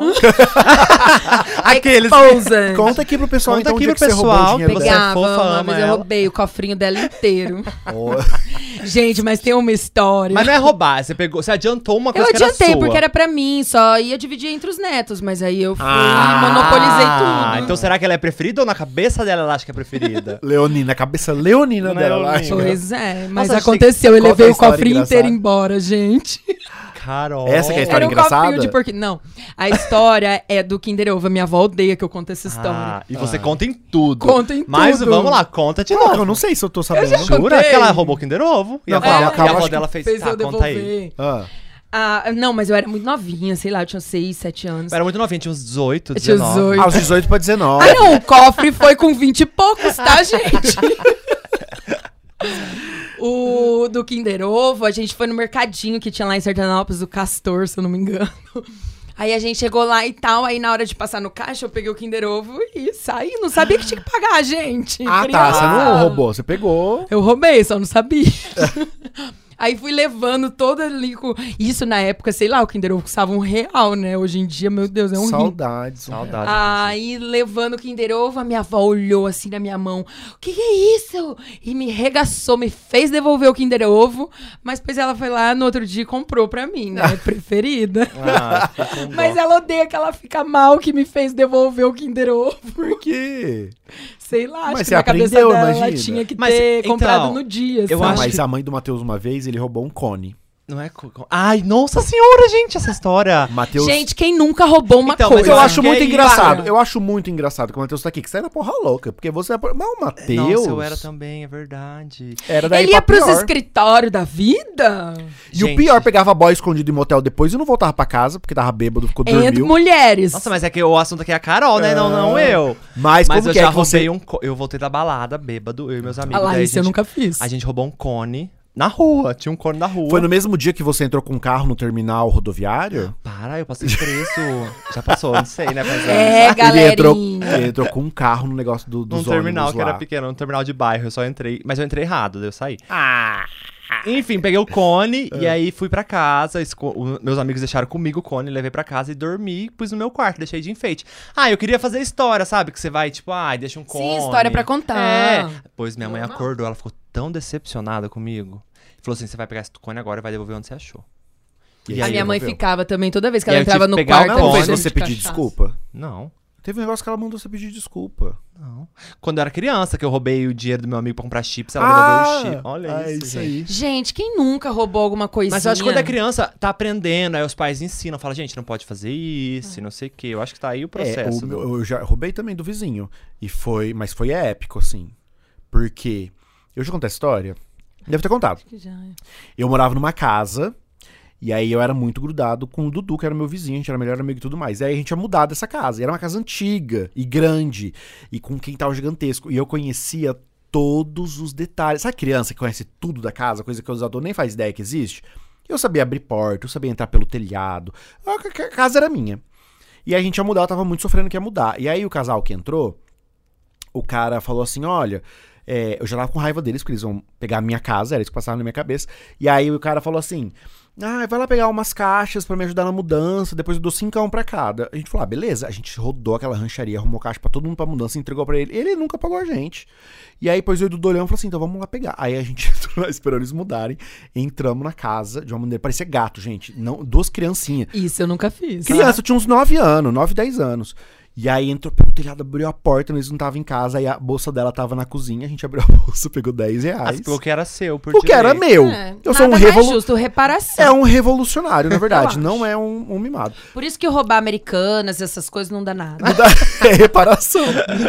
Aqueles. Pousa. Conta aqui pro pessoal, Conta então, aqui onde é pro que você roubou pessoal, o dinheiro dela. Pegava, fofa, uma ama vez eu ela. roubei o cofrinho dela inteiro. Ó, Gente, mas tem uma história. Mas não é roubar, você pegou, você adiantou uma Eu coisa que era adiantei, sua. porque era pra mim, só ia dividir entre os netos, mas aí eu fui Ah, monopolizei Ah, tudo. então será que ela é preferida ou na cabeça dela ela acha que é preferida? Leonina, a cabeça leonina Leonina. dela. tipo, eu acho. Pois é, mas né? Nossa, aconteceu, eu conta a levei o história cofrinho engraçada. inteiro embora, gente. Carol. Essa que é a história Era um engraçada? cofrinho de porquinho. Não, a história é do Kinder Ovo, minha avó odeia que eu conte essa história. Ah, e você conta em tudo. Conta em Mas tudo. vamos lá, conta de Não, novo. é eu não sei se eu tô sabendo. já- Jura contei. que ela roubou o Kinder Ovo? E Não, a avó- calma, e calma, a avó acho dela fez, Fez tá, eu conta aí. devolver. Ah, Ah, não, mas eu era muito novinha, sei lá, eu tinha 6, 7 anos. Eu era muito novinha, tinha uns 18, Eu tinha 19. 18. aos 18 pra 19. Ah, não, o cofre foi com 20 e poucos, tá, gente? O do Kinder Ovo, a gente foi no mercadinho que tinha lá em Sertanópolis, do Castor, se eu não me engano. Aí a gente chegou lá e tal, aí na hora de passar no caixa, eu peguei o Kinder Ovo e saí. Não sabia que tinha que pagar, gente. Ah, tá. Criança. Você não roubou, você pegou. Eu roubei, só não sabia. Aí fui levando toda ali com... Isso na época, sei lá, o Kinder Ovo custava um real, né? Hoje em dia, meu Deus, é um rim. Saudades. Saudade. Ah. Aí, levando o Kinder Ovo, a minha avó olhou assim na minha mão. O que, que é isso? E me regaçou, me fez devolver o Kinder Ovo. Mas depois ela foi lá no outro dia e comprou pra mim, né? Preferida. Ah, ficou com dó. Mas é- ela odeia que ela fica mal que me fez devolver o Kinder Ovo. Por quê? Sei lá, acho Mas que você na cabeça aprendeu, dela ela imagina. tinha que Mas, ter então, comprado no dia, Não, eu sabe? acho mas que- a mãe do Matheus, uma vez, ele roubou um cone. Não é... co- co- Ai, nossa senhora, gente, essa história. Matheus. Gente, quem nunca roubou uma Então, mas Mas coisa? eu Coisa. acho muito Que é engraçado. isso? Eu acho muito engraçado que o Matheus tá aqui, que sai da porra louca. Porque você é. por- Mas o Matheus. Nossa, eu era também, é verdade. Era daí Ele pra ia pros pior. escritórios da vida? E o Gente. pior, pegava boy escondido em motel depois e não voltava pra casa, porque tava bêbado, ficou Entre dormindo. mulheres. Nossa, mas é que o assunto aqui é a Carol, né? Não, não eu. É. Mas, Mas como eu que já é que você. roubei um... co- Eu voltei da balada, bêbado, eu e meus amigos. Ah lá, daí a isso eu gente- nunca fiz. A gente roubou um cone na rua. Tinha um cone na rua. Foi no mesmo dia que você entrou com um carro no terminal rodoviário? Para, eu passei preço. Já passou, não sei, né? Mas É, Ele galerinha. entrou, ele entrou com um carro no negócio do, dos Num terminal ônibus que era lá. pequeno, num terminal de bairro, eu só entrei, mas eu entrei errado, daí eu saí. Ah, Enfim, peguei o cone É. e aí fui pra casa, esco- o- meus amigos deixaram comigo o cone, levei pra casa e dormi, pus no meu quarto, deixei de enfeite. Ah, eu queria fazer história, sabe? Que você vai, tipo, ai, deixa um cone. história pra contar. É. Pois minha mãe Normal. acordou, ela ficou tão decepcionada comigo. Falou assim, você vai pegar esse cone agora e vai devolver onde você achou. E a aí, minha mãe devolveu. ficava também, toda vez que E ela aí eu tive entrava que no pegar quarto. o Ela ela não cone. fez fazia você de pedir cachaça. desculpa. Não, Teve um negócio que ela mandou você pedir desculpa. não. Quando eu era criança, que eu roubei o dinheiro do meu amigo pra comprar chips, ela devolveu o chip. Ah, Olha é isso, gente. Gente, quem nunca roubou alguma coisinha? Mas eu acho que quando é criança, tá aprendendo, aí os pais ensinam, fala, gente, não pode fazer isso, não sei o quê. Eu acho que tá aí o É, processo. o do- meu- eu já roubei também do vizinho. E foi, mas foi épico, assim. Porque. Eu já contei a história. Devo ter contado. Eu morava numa casa. E aí eu era muito grudado com o Dudu, que era meu vizinho, a gente era melhor amigo e tudo mais. E aí a gente ia mudar dessa casa. E era uma casa antiga e grande. E com um quintal gigantesco. E eu conhecia todos os detalhes. Sabe criança que conhece tudo da casa, coisa que o adultos nem faz ideia que existe? Eu sabia abrir porta, eu sabia entrar pelo telhado. A a- a casa era minha. E aí a gente ia mudar, eu tava muito sofrendo que ia mudar. E aí o casal que entrou, o cara falou assim: olha, é, eu já tava com raiva deles, porque eles vão pegar a minha casa, era isso que passava na minha cabeça. E aí o cara falou assim: ah, vai lá pegar umas caixas pra me ajudar na mudança, depois eu dou cincão pra cada. A gente falou: ah, beleza. A gente rodou aquela rancharia, arrumou caixa pra todo mundo pra mudança, entregou pra ele. Ele nunca pagou a gente. E aí, depois eu e o Dudu olhamos e falou assim: então vamos lá pegar. Aí a gente entrou lá, esperando eles mudarem. Entramos na casa de uma maneira, parecia gato, gente. não Duas criancinhas. Isso eu nunca fiz. Criança, eu tinha uns 9 anos, 9, 10 anos. E aí entrou pelo telhado, abriu a porta, eles não estavam em casa, aí a bolsa dela tava na cozinha, a gente abriu a bolsa, pegou 10 Ah, reais. você pegou o que era seu, por O que era direito. meu. É, eu sou um nada mais revolu... justo, reparação. É um revolucionário, na verdade, Eu não é um, um mimado. Por isso que roubar americanas, essas coisas, não dá nada. é reparação.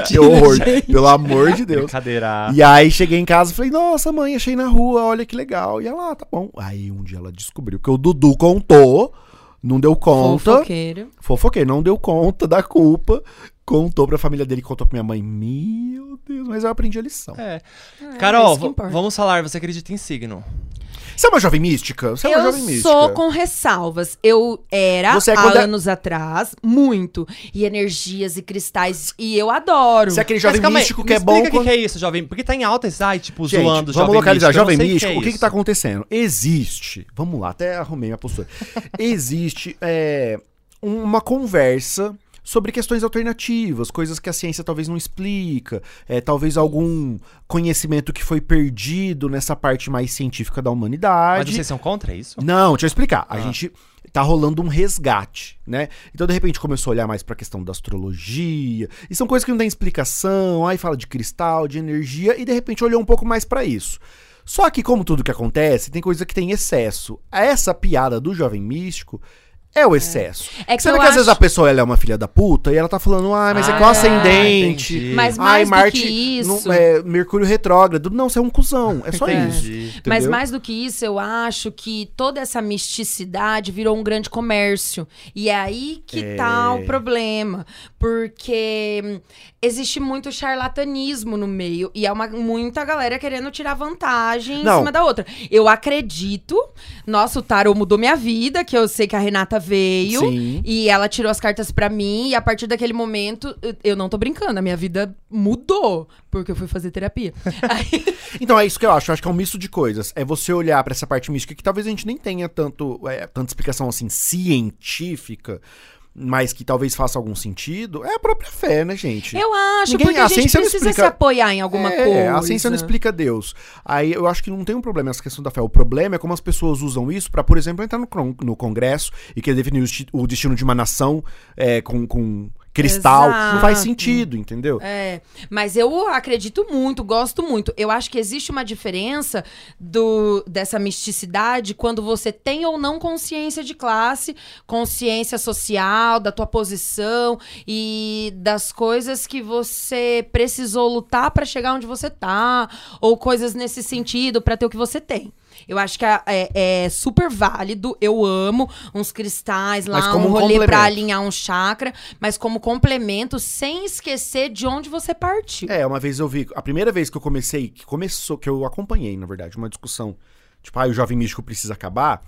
que horror, gente. pelo amor de Deus. Ah, é Brincadeira. E aí cheguei em casa e falei, nossa mãe, achei na rua, olha que legal. E ela, ah, tá bom. Aí um dia ela descobriu que o Dudu contou, não deu conta. Fofoqueiro. Fofoqueiro, não deu conta da culpa. Contou pra família dele, contou pra minha mãe. Meu Deus, mas eu aprendi a lição. É. É, Carol, isso que v- importa. vamos falar, você acredita em signo? Você é uma jovem mística? Você é uma eu jovem mística. sou com ressalvas. Eu era Você é há quando é- anos atrás, muito. E energias e cristais. E eu adoro. Você é aquele jovem Mas calma aí, místico me que é bom explica o quando... que é isso, jovem? Porque tá em alta esse site, tipo, Gente, zoando vamos jovem localizar. místico, eu não jovem sei é místico, o que, que tá isso. acontecendo? Existe, vamos lá, até arrumei minha postura. Existe é, uma conversa sobre questões alternativas, coisas que a ciência talvez não explica, é, talvez algum conhecimento que foi perdido nessa parte mais científica da Mas humanidade. vocês são contra isso? Não, deixa eu explicar. A Ah. gente tá rolando um resgate, né? Então, de repente, começou a olhar mais pra questão da astrologia. E são coisas que não tem explicação. Aí fala de cristal, de energia. E, de repente, olhou um pouco mais pra isso. Só que, como tudo que acontece, tem coisa que tem excesso. Essa piada do jovem místico é o excesso. É que Sendo eu que, às vezes, a acho- pessoa ela é uma filha da puta e ela tá falando, ah, mas é que o Ah, ascendente... entendi. Mas Ai, mais do Marte, que isso. não- é, Mercúrio retrógrado. Não, você é um cuzão. É só Entendi. isso. Mas entendeu? mais do que isso, eu acho que toda essa misticidade virou um grande comércio. E é aí que tá o problema. Porque hum, existe muito charlatanismo no meio. E é uma, muita galera querendo tirar vantagem Não. em cima da outra. Eu acredito. Nossa, o tarô mudou minha vida, que eu sei que a Renata veio. Sim. E ela tirou as cartas pra mim, e a partir daquele momento, eu- eu não tô brincando, a minha vida mudou, porque eu fui fazer terapia. Aí- Então é isso que eu acho, eu acho que é um misto de coisas. É você olhar pra essa parte mística que talvez a gente nem tenha tanto é, tanta explicação assim científica, mas que talvez faça algum sentido. É a própria fé, né, gente? Eu acho, Ninguém- porque a a gente ciência não precisa se explica- apoiar em alguma é, coisa. a ciência não explica Deus. Aí eu acho que não tem um problema essa questão da fé. O problema é como as pessoas usam isso pra, por exemplo, entrar no, cron- no Congresso e querer definir o, esti- o destino de uma nação é, com, com cristal. Não faz Exato. sentido, entendeu? É, mas eu acredito muito, gosto muito. Eu acho que existe uma diferença do dessa misticidade quando você tem ou não consciência de classe, consciência social, da tua posição e das coisas que você precisou lutar pra chegar onde você tá, ou coisas nesse sentido pra ter o que você tem. Eu acho que a- é, é super válido, eu amo uns cristais lá, Mas como um um rolê pra complemento. alinhar um chakra, mas como complemento, sem esquecer de onde você partiu. É, uma vez eu vi, a primeira vez que eu comecei, que começou, que eu acompanhei, na verdade, uma discussão, tipo, ah, o jovem místico precisa acabar,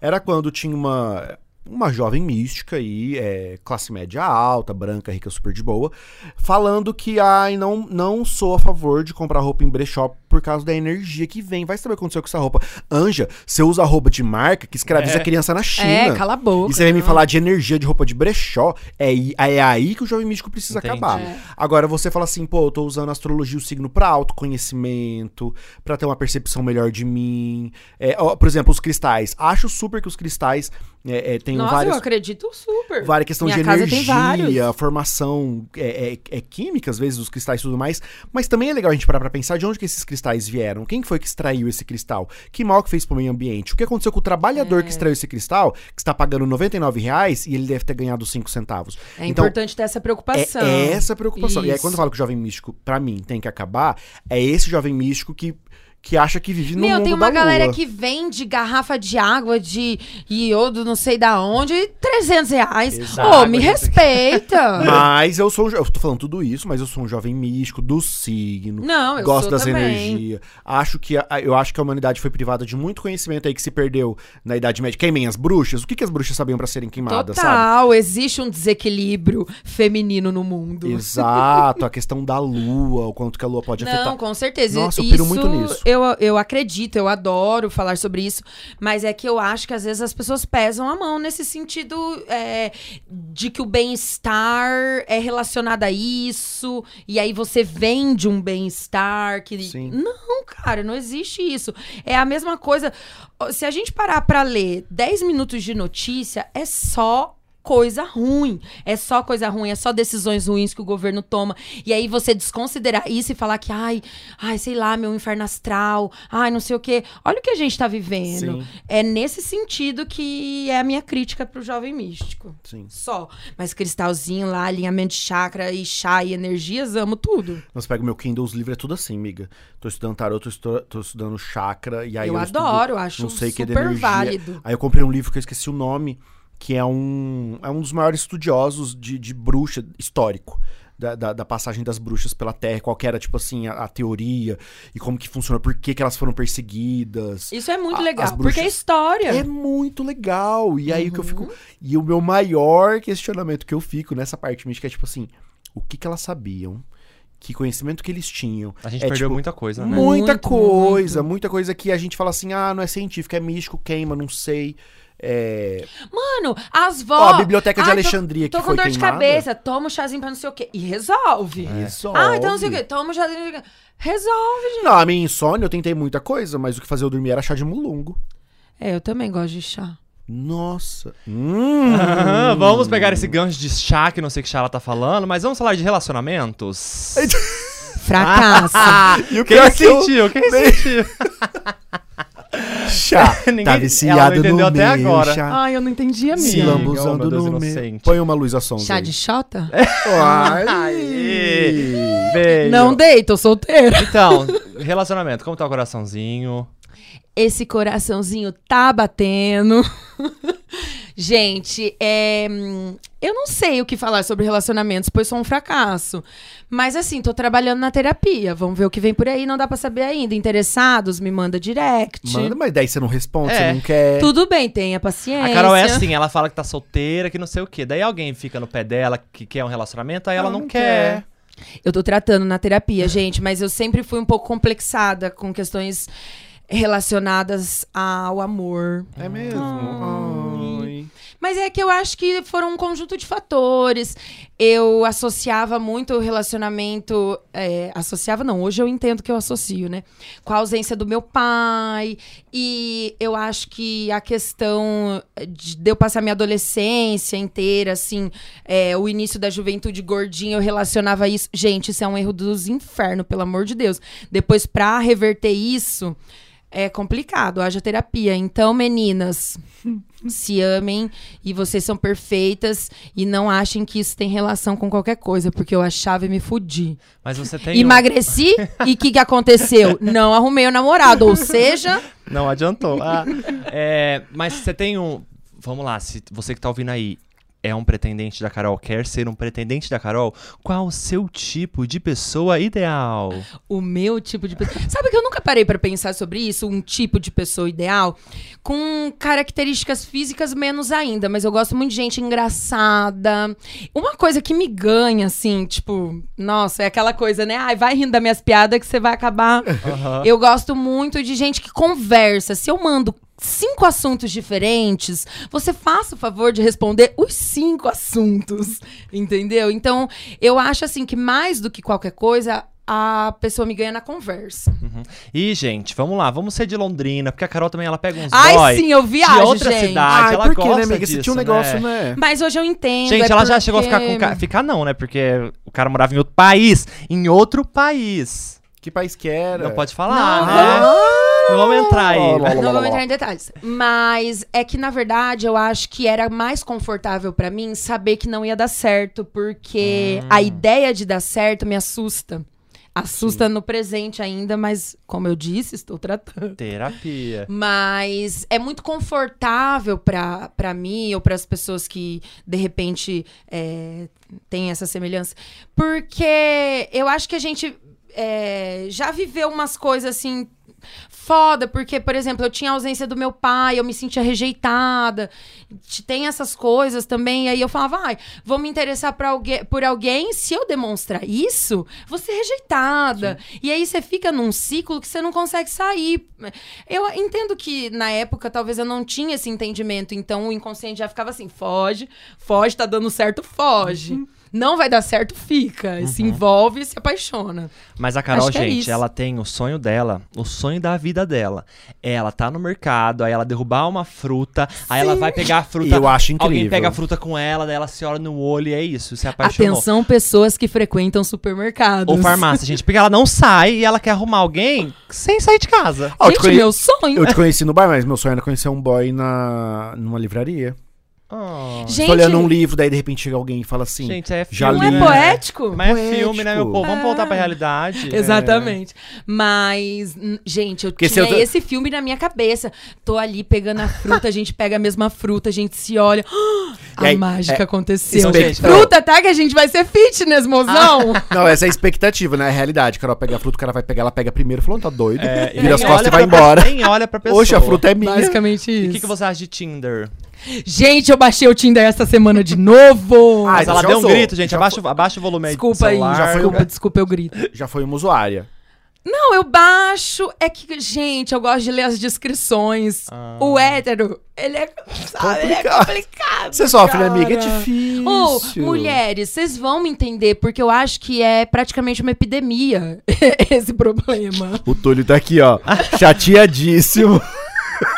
era quando tinha uma uma jovem mística aí, é, classe média alta, branca, rica, super de boa, falando que, ai, não, não sou a favor de comprar roupa em brechó por causa da energia que vem. Vai saber o que aconteceu com essa roupa. Anja, você usa roupa de marca que escraviza É. criança na China. É, cala a boca. E você vem me não. falar de energia de roupa de brechó, é, i- é aí que o jovem místico precisa Entendi. acabar. É. Agora você fala assim, pô, eu tô usando a astrologia e o signo pra autoconhecimento, pra ter uma percepção melhor de mim. É, ó, por exemplo, os cristais. Acho super que os cristais é, é, têm Nossa, vários. eu acredito super. Várias questão Minha de casa tem energia, vários. formação é, é- é química, às vezes, dos cristais e tudo mais. Mas também é legal a gente parar pra pensar de onde que esses cristais vieram. Quem foi que extraiu esse cristal? Que mal que fez pro meio ambiente? O que aconteceu com o trabalhador É. que extraiu esse cristal, que está pagando R$ 99 reais e ele deve ter ganhado 5 centavos? É então, importante ter essa preocupação. é essa a preocupação. E aí, Isso. quando eu falo que o jovem místico, pra mim, tem que acabar, é esse jovem místico que, que acha que vive no Meu, mundo tem uma da galera lua. que vende garrafa de água de iodo, não sei da onde, e 300 reais. Exato. Ô, me respeita. Mas eu sou um jo- Eu tô falando tudo isso, mas eu sou um jovem místico do signo. não, eu gosto sou das também. energias. Acho que a, a- eu acho que a humanidade foi privada de muito conhecimento aí que se perdeu na Idade Média. Queimem as bruxas. O que, que as bruxas sabiam pra serem queimadas, sabe? Total, existe um desequilíbrio feminino no mundo. Exato, a questão da lua, o quanto que a lua pode Não, afetar. com certeza. Nossa, eu isso, piro muito nisso. Eu, eu acredito, eu adoro falar sobre isso, mas é que eu acho que às vezes as pessoas pesam a mão nesse sentido é, de que o bem-estar é relacionado a isso, e aí você vende um bem-estar que. Sim. Não, cara, não existe isso. É a mesma coisa. Ó, Se a gente parar pra ler 10 minutos de notícia, é só coisa ruim. É só coisa ruim, é só decisões ruins que o governo toma. E aí você desconsiderar isso e falar que, ai, ai, sei lá, meu inferno astral, ai, não sei o quê. Olha o que a gente tá vivendo. Sim. É nesse sentido que é a minha crítica pro jovem místico. Sim. Só. Mas cristalzinho lá, alinhamento de chakra e chá e energias, amo tudo. Mas pega o meu Kindle, os livros é tudo assim, miga. Tô estudando tarot, tô, estu- tô estudando chakra, e aí É, eu, eu, estudo- adoro, acho não sei que é de super energia. válido. Aí eu comprei um livro que eu esqueci o nome, que é um, é um dos maiores estudiosos de, de bruxa histórico. da, da- da passagem das bruxas pela Terra, qual que era, tipo assim, a, a teoria e como que funciona, por que, que elas foram perseguidas. Isso é muito A- legal, as porque é bruxas- história. É muito legal. E aí o que eu Uhum. fico. E o meu maior questionamento que eu fico nessa parte mística é tipo assim: o que, que elas sabiam? Que conhecimento que eles tinham? A gente É, perdeu tipo, muita coisa, né? Muita Muito, coisa, muita coisa que a gente fala assim: ah, não é científico, é místico, queima, não sei. É... Mano, as vó... Ó, a biblioteca de Ai, tô- Alexandria Tô que com foi dor de queimada. É. cabeça, toma um chazinho pra não sei o quê. E resolve. É. Isso, Ah, então não sei o óbvio. quê, toma um chazinho. não sei o quê. Resolve. Não, a minha insônia eu tentei muita coisa, mas o que fazia eu dormir era chá de mulungo. É, eu também gosto de chá. Nossa. Hum. Aham, vamos pegar esse gancho de chá, que não sei que chá ela tá falando, mas vamos falar de relacionamentos? Ah, Fracasso. Então, E o Quem pior é que eu- sentiu? Quem nem- sentiu? Chá. Ninguém- tá ela não viciado no entendeu até meu agora. Ah, chá. Ai, eu não entendi, amiga. Se Sim. Oh, lambuzando meu Deus, no meio. inocente. Põe uma luz a som. Chá de xota? Ai. Veio. Não dei, tô solteira. Então, relacionamento, como tá o coraçãozinho? Esse coraçãozinho tá batendo. Gente, é, hum, eu não sei o que falar sobre relacionamentos, pois sou um fracasso. Mas assim, tô trabalhando na terapia. Vamos ver o que vem por aí, não dá pra saber ainda. Interessados, me manda direct. Manda, mas daí você não responde, É. você não quer. Tudo bem, tenha paciência. A Carol é assim, ela fala que tá solteira, que não sei o quê. Daí alguém fica no pé dela que quer um relacionamento, aí ela, não, quer. Eu tô tratando na terapia, gente, mas eu sempre fui um pouco complexada com questões relacionadas ao amor. É mesmo? Ai. Mas é que eu acho que foram um conjunto de fatores. Eu associava muito o relacionamento. é, associava, não, hoje eu entendo que eu associo, né? Com a ausência do meu pai. E eu acho que a questão de de eu passar minha adolescência inteira, assim, é, o início da juventude gordinha, eu relacionava isso. Gente, isso é um erro dos infernos, pelo amor de Deus. Depois, pra reverter isso. É complicado, haja terapia. Então, meninas, se amem e vocês são perfeitas e não achem que isso tem relação com qualquer coisa, porque eu achava e me fudi. Mas você tem. um- Emagreci e o que, que aconteceu? Não arrumei o namorado, ou seja, Não adiantou. Ah, é, mas você tem um. Vamos lá, se você que tá ouvindo aí é um pretendente da Carol, quer ser um pretendente da Carol, qual o seu tipo de pessoa ideal? o meu tipo de pessoa. Sabe que eu nunca parei pra pensar sobre isso, um tipo de pessoa ideal com características físicas menos ainda, mas eu gosto muito de gente engraçada. Uma coisa que me ganha assim, tipo, nossa, é aquela coisa, né? Ai, vai rindo das minhas piadas que você vai acabar Aham. Eu gosto muito de gente que conversa. Se eu mando cinco assuntos diferentes, você faça o favor de responder os cinco assuntos, entendeu? Então, eu acho assim que mais do que qualquer coisa, a pessoa me ganha na conversa. E, gente, vamos lá, vamos ser de Londrina, porque a Carol também ela pega uns Ai, boy sim, eu viajo, de outra gente. cidade. Ai, ela por que, né, gosta amiga? disso, você tinha um negócio, né? Mas hoje eu entendo. Gente, é ela já chegou a ficar porque- com o cara. Ficar não, né? Porque o cara morava em outro país. Em outro país. Que país que era? Não pode falar, Não, né? Não vamos entrar aí. né? Não vou entrar em detalhes. Mas é que, na verdade, eu acho que era mais confortável pra mim saber que não ia dar certo, porque a ideia de dar certo me assusta. Assusta no presente ainda, mas, como eu disse, estou tratando. Terapia. Mas é muito confortável pra pra mim ou pras pessoas que, de repente, é, têm essa semelhança. Porque eu acho que a gente é, já viveu umas coisas assim. Foda, porque, por exemplo, eu tinha a ausência do meu pai, eu me sentia rejeitada. Te- Tem essas coisas também. E aí eu falava, ai, vou me interessar pra alguém, por alguém. Se eu demonstrar isso, vou ser rejeitada. E aí você fica num ciclo que você não consegue sair. Eu entendo que na época talvez eu não tinha esse entendimento, então o inconsciente já ficava assim: foge, foge, tá dando certo, foge. Não vai dar certo, fica. Uhum. Se envolve e se apaixona. Mas a Carol, Acho que é gente, isso. ela tem o sonho dela, o sonho da vida dela. Ela tá no mercado, aí ela derrubar uma fruta, aí ela vai pegar a fruta. Eu acho incrível. Alguém pega a fruta com ela, daí ela se olha no olho e é isso, se apaixonou. Atenção, pessoas que frequentam supermercados. Ou farmácia, gente, porque ela não sai e ela quer arrumar alguém sem sair de casa. Ó, tipo, eu te Gente, conhe- meu sonho. Eu te conheci no bar, mas meu sonho era conhecer um boy na... numa livraria. Ah, Você Gente, tá olhando um livro, daí de repente chega alguém e fala assim. gente, é já filme. não é ali. né? poético? Mas é Poético. filme, né, meu povo? Vamos voltar pra É. realidade. Exatamente. Mas, n- gente, eu Porque se tinha eu tô- esse filme na minha cabeça. Tô ali pegando a fruta, a gente pega a mesma fruta, a gente se olha. E A aí, é, mágica aconteceu. espe- gente, Fruta, tá? Que a gente vai ser fitness, mozão. Não, essa é a expectativa, né? É a realidade. O cara pega a fruta, o cara vai pegar, ela pega primeiro, falou, tá doido. É, Vira as costas nem e olha vai pra- embora. Nem olha pra pessoa. Poxa, a fruta é minha. Basicamente E isso. o que, que você acha de Tinder? Gente, eu baixei o Tinder essa semana de novo. Ah, Mas então ela já deu um usou. grito, gente. Já Abaixa, o- abaixa o volume aí do desculpa aí, celular. já foi um- desculpa, desculpa, eu grito. Já foi uma usuária. Não, eu baixo. É que, gente, eu gosto de ler as descrições. Ah. O hétero, ele é, sabe, ele é Complicado. complicado. Você sofre, né, cara. amiga? É difícil. Ô, mulheres, vocês vão me entender, porque eu acho que é praticamente uma epidemia esse problema. O Túlio tá aqui, ó, chateadíssimo.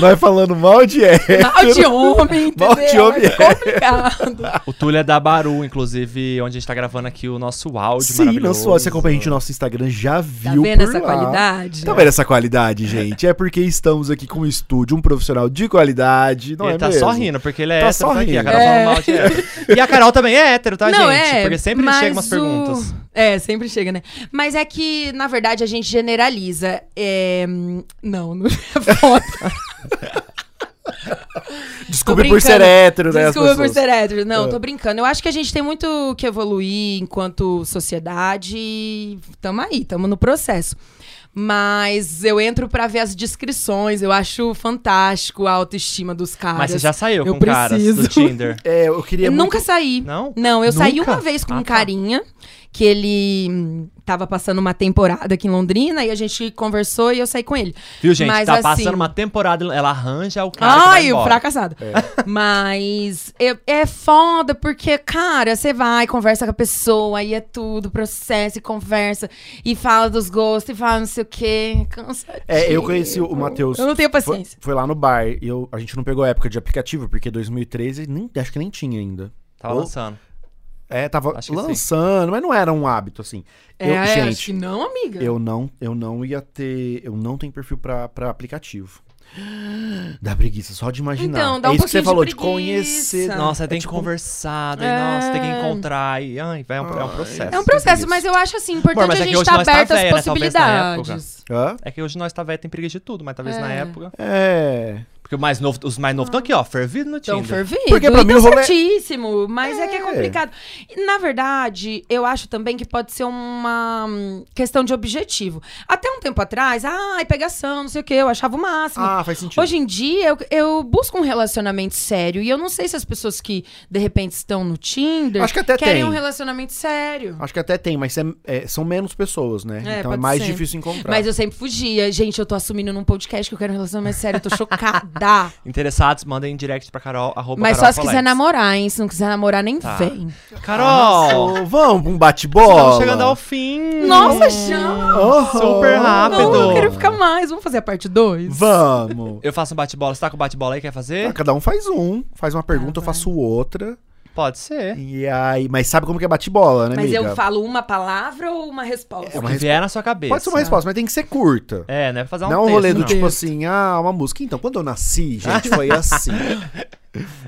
Nós falando mal de hétero. Mal de homem, entendeu? É. Mal de homem É complicado. O Túlio é da Baru, inclusive, onde a gente tá gravando aqui o nosso áudio Sim, não maravilhoso. só você acompanha a gente no nosso Instagram, já viu Tá vendo por essa lá. qualidade? Tá vendo essa qualidade, gente? É porque estamos aqui com um estúdio, um profissional de qualidade, não ele é tá mesmo? só rindo, porque ele é Tá hétero só tá aqui. A rindo. Carol É. falando mal de hétero. E a Carol também é hétero, tá, Não, gente? é, porque sempre mas chegam umas o- perguntas. É, sempre chega, né? Mas é que, na verdade, a gente generaliza. É... hum, Não, não é foda. Desculpe Tô por ser brincando. hétero, né? as Desculpa por pessoas. ser hétero. Não, É. tô brincando. Eu acho que a gente tem muito que evoluir enquanto sociedade. e Tamo aí, tamo no processo. Mas eu entro pra ver as descrições. Eu acho fantástico a autoestima dos caras. Mas você já saiu eu com caras do preciso. Tinder. É, eu queria Eu muito... nunca saí. Não? Não, eu saí Nunca? uma vez com Ah, um tá. carinha que ele hum, tava passando uma temporada aqui em Londrina e a gente conversou e eu saí com ele. Viu, gente? Mas, tá assim- passando uma temporada, ela arranja o cara. que Ah, vai Ai, o embora. fracassado. É, Mas eu- é foda porque, cara, você vai, conversa com a pessoa, aí é tudo, processo e conversa, e fala dos gostos, e fala não sei o quê. Cansativo. É, eu conheci o Matheus. Eu não tenho Foi, paciência. foi lá no bar. E eu, a gente não pegou a época de aplicativo, porque 2013 nem, acho que nem tinha ainda. Tava Ô, lançando. É, tava Acho que sim. lançando, mas não era um hábito, assim. Eu- é, acho que gente, não, amiga. eu não, eu não ia ter. Eu não tenho perfil pra, pra aplicativo. Dá preguiça, só de imaginar. Então, dá é um isso que você pouquinho de falou, de preguiça. conhecer. Ah, Nossa, é tem tipo- que conversar, daí, É. nossa, tem que encontrar. E, ai, vai, é, um, é um processo. é um processo, isso. mas eu acho assim, importante mas é que a gente hoje estar nós tá aberto velha, às né, talvez na época. possibilidades. Hã? É que hoje nós tá velho, tem preguiça de tudo, mas talvez na época. É. Porque o mais novo, os mais novos estão aqui, ó, fervido no Tinder. Ah. Tão Então, fervido. Porque pra e mim tá o rolê- certíssimo, mas é. que é É. complicado. E, Na verdade, eu acho também que pode ser uma hum, questão de objetivo. Até um tempo atrás, ai, pegação, não sei o quê, eu achava o máximo. Ah, faz sentido. Hoje em dia, eu, eu busco um relacionamento sério. E eu não sei se as pessoas que, de repente, estão no Tinder Acho que até querem tem. um relacionamento sério. Acho que até tem, mas é- é, são menos pessoas, né? É, então é pode mais ser. difícil encontrar. Mas eu sempre fugia. Gente, eu tô assumindo num podcast que eu quero um relacionamento sério. Eu tô chocada. Interessados, mandem em direct pra Carol, arroba Mas só Carol se quiser Coletes. namorar, hein? Se não quiser namorar, nem Tá. vem. Ô, Carol! Ah, vamos pra um Estamos bate-bola. chegando ao fim. Nossa, chama! Oh, Super rápido. Não, eu quero ficar mais. Vamos fazer a parte 2? Vamos. Eu faço um bate-bola. Você tá com bate-bola aí? Quer Ah, fazer? cada um faz um, faz uma pergunta, eu É. Ah, vai. faço outra. Pode ser. E aí, mas sabe como que é bate-bola, né, Mas amiga? eu falo uma palavra ou uma resposta? É O uma que respo- vier na sua cabeça. Pode ser uma resposta, mas tem que ser curta. É, não é pra fazer um Não é um texto, rolê do não. tipo Texto. assim, ah, uma música. Então, quando eu nasci, gente, foi assim.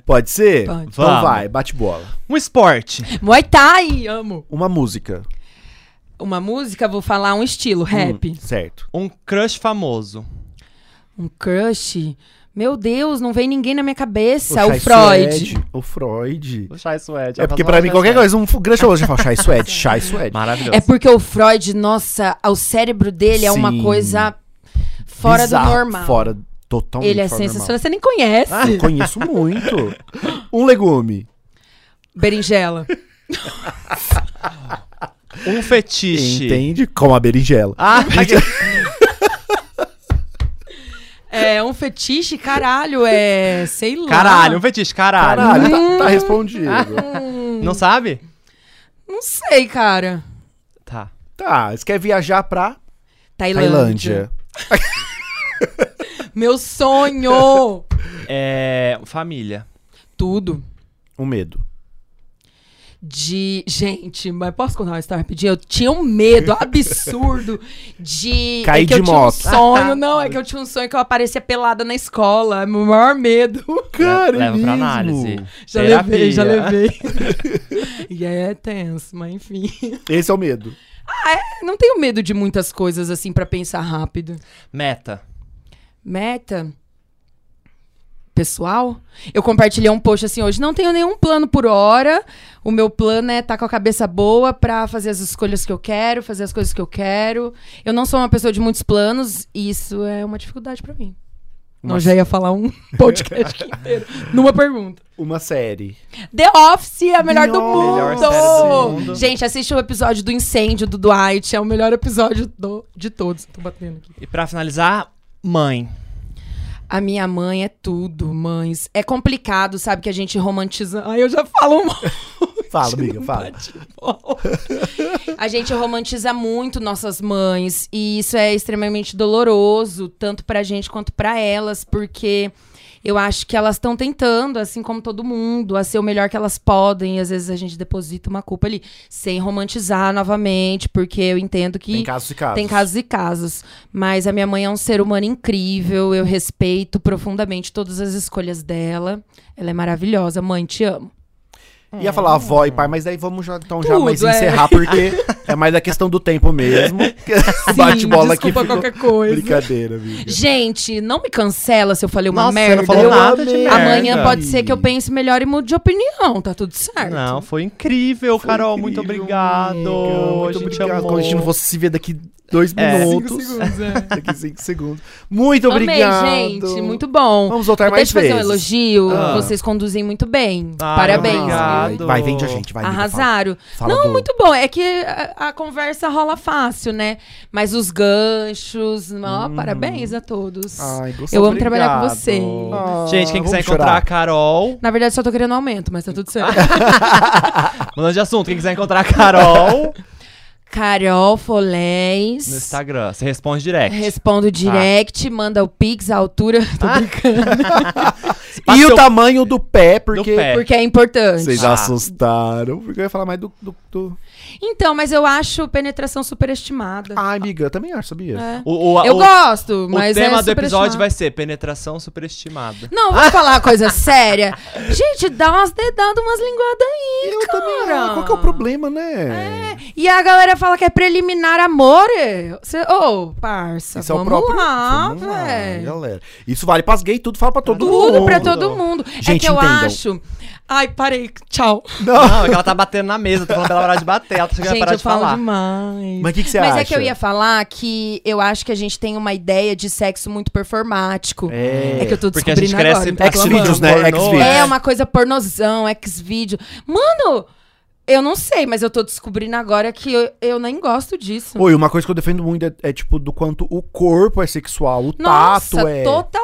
Pode ser? Pode. Então Vamos. vai, bate-bola. Um esporte. Muay Thai, amo. Uma música. Uma música, vou falar um estilo, rap. Hum, certo. Um crush famoso. Um crush. Meu Deus, não vem ninguém na minha cabeça. é O, Chai Freud. Suede, O Freud. O Chai Suede. É porque pra mim qualquer coisa, um grande famoso, já fala Chai Suede, Chai Suede. Maravilhoso. É porque o Freud, nossa, o cérebro dele é uma Sim. coisa fora Bizarro, do normal. Fora, totalmente Ele é fora do normal. sensacional. Você nem conhece. Ah, conheço muito. Um legume. Berinjela. Um fetiche. Entende? Como a berinjela. Ah, É um fetiche, caralho. É. Sei lá. caralho, um fetiche, caralho. Caralho, tá, tá respondido. Não sabe? Não sei, cara. Tá. Tá, você quer viajar pra Tailândia. Tailândia. Meu sonho! É. Família. Tudo. Um medo. de. Gente, mas posso contar uma história rapidinho? Eu tinha um medo absurdo de. Cair é que de eu tinha moto. um sonho, não, é que eu tinha um sonho que eu aparecia pelada na escola. é Meu maior medo. Cara, é Leva mesmo. pra análise. Já Terapia. levei, já levei. e aí é tenso, mas enfim. Esse é o medo. Não tenho medo de muitas coisas assim pra pensar rápido. Meta. Meta. Pessoal, eu compartilhei um post assim hoje. Não tenho nenhum plano por hora. O meu plano é estar com a cabeça boa pra fazer as escolhas que eu quero, fazer as coisas que eu quero. Eu não sou uma pessoa de muitos planos e isso é uma dificuldade pra mim. Não já ia falar um podcast inteiro numa pergunta. Uma série. The Office é a melhor do mundo. Melhor série do mundo. Gente, assiste o episódio do incêndio do Dwight. É o melhor episódio do- de todos. Tô batendo aqui. E pra finalizar, mãe. A minha mãe é tudo, mães. É complicado, sabe, que a gente romantiza. Ai, eu já falo um monte, Fala, amiga, não fala. bate bola. a gente romantiza muito nossas mães. E isso é extremamente doloroso, tanto pra gente quanto pra elas, porque. Eu acho que elas estão tentando, assim como todo mundo, a ser o melhor que elas podem. E às vezes a gente deposita uma culpa ali, sem romantizar novamente, porque eu entendo que. Tem casos e casos. Tem casos e casos. Mas a minha mãe é um ser humano incrível. Eu respeito profundamente todas as escolhas dela. Ela é maravilhosa. Mãe, te amo. Ia falar avó e pai, mas daí vamos já, então já Hum. Tudo, mais é. encerrar, porque é mais a questão do tempo mesmo. Bate bola aqui. desculpa ficou- qualquer coisa. Brincadeira, amiga. Gente, não me cancela se eu falei uma Nossa, você merda. não falou Eu- nada de amei. merda. Amanhã pode ser que eu pense melhor e mude de opinião. Tá tudo certo. Não, foi incrível, Carol. muito incrível, obrigado. Muito a gente obrigado. amou. Quando a gente não fosse se ver daqui dois É. minutos. daqui cinco segundos. Muito obrigado. Amei, gente. Muito bom. Vamos voltar Deixa mais eu fazer vezes. um elogio. Ah. Vocês conduzem muito bem. Ah, Parabéns. viu? obrigado. Vai, vende a gente, vai. amiga, Arrasaram. Fala, fala Não, do- muito bom. É que a, a conversa rola fácil, né? Mas os ganchos. Ó, parabéns a todos. Ai, gostei. Eu amo trabalhar com Obrigado. vocês. Ah, gente, quem quiser vamos encontrar chorar. a Carol. Na verdade, só tô querendo aumento, mas tá tudo certo. Mudando de assunto, quem quiser encontrar a Carol Carol no Folés. Instagram. Você responde direct. Respondo direct, manda o Pix, a altura. Tô brincando. E Bateu- o tamanho do pé, porque. pé. Porque é importante. Vocês Ah. assustaram. Porque eu ia falar mais do. do, do- Então, mas eu acho penetração superestimada. Ah, amiga, eu também acho, sabia? É. O, o, Eu o, gosto, o mas tema é do episódio superestimada. vai ser penetração superestimada. Não, vamos falar coisa séria. Gente, dá umas dedadas, umas linguadas aí, Eu cara. É. também acho. Qual que é o problema, né? E a galera fala que é preliminar amor. Cê- Ô, parça, Isso é o vamos próprio. lá, Vamos lá, velho. galera. Isso vale pras gays, tudo fala pra todo mundo. Tudo pra todo mundo. é Gente, que eu entendam. acho... Ai, parei, tchau. Não. é que ela tá batendo na mesa, tô falando pra ela parar de bater, ela tá chegando a Gente, parar eu de falo falar. demais. Mas o que, que você Mas acha? é que eu ia falar que eu acho que a gente tem uma ideia de sexo muito performático. É. que eu tô Porque a gente descobrindo cresce- agora. então tô X-Videos, amando. né? Pornô, X-Videos. É uma coisa pornozão, ex-vídeo. Mano, eu não sei, mas eu tô descobrindo agora que eu, eu nem gosto disso. Oi, uma coisa que eu defendo muito é, é, tipo do quanto o corpo é sexual, o Nossa, tato é. totalmente.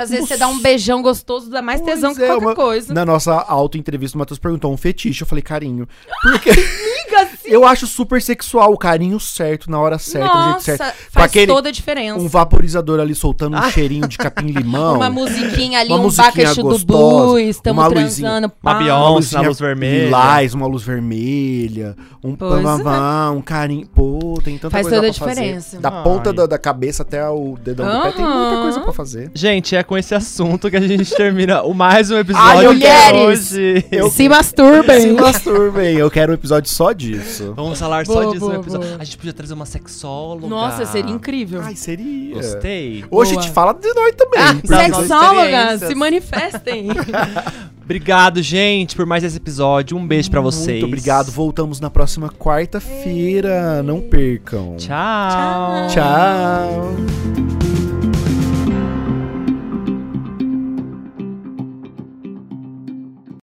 Às vezes Nossa. você dá um beijão gostoso, dá mais Pois tesão que é, qualquer uma- coisa. Na nossa auto-entrevista, o Matheus perguntou um fetiche. Eu falei, carinho. Porque Amiga, assim, eu acho super sexual o carinho certo, na hora certa, do jeito nossa, certo. Com faz aquele- toda a diferença. Um vaporizador ali soltando um cheirinho de capim-limão. uma musiquinha ali, uma um musiquinha bacaxu do gostosa, blues, tamo uma luzinha, transando. uma pá. Beyoncé. Uma Nossa, na luzinha luz vermelha. Lilás, uma luz vermelha, um Pois é. pamamá, um carinho. Pô, tem tanta Faz coisa toda a pra fazer. diferença. Da Ai. ponta da, da cabeça até o dedão do pé, tem muita Aham. coisa pra fazer. Gente, é com esse assunto que a gente termina o mais um episódio Ai, de mulheres! hoje. Se masturbem. Se masturbem, eu quero um episódio só disso. Vamos falar só Boa, disso no boa, episódio. boa. A gente podia trazer uma sexóloga. Nossa, seria incrível. Ai, seria. Gostei. Hoje Boa. Ah, te fala de nós também. porque- das nossas Sexólogas, experiências. se manifestem. Obrigado, gente, por mais esse episódio. Um beijo pra vocês. Muito obrigado. Voltamos na próxima quarta-feira. Não percam. Tchau. Tchau.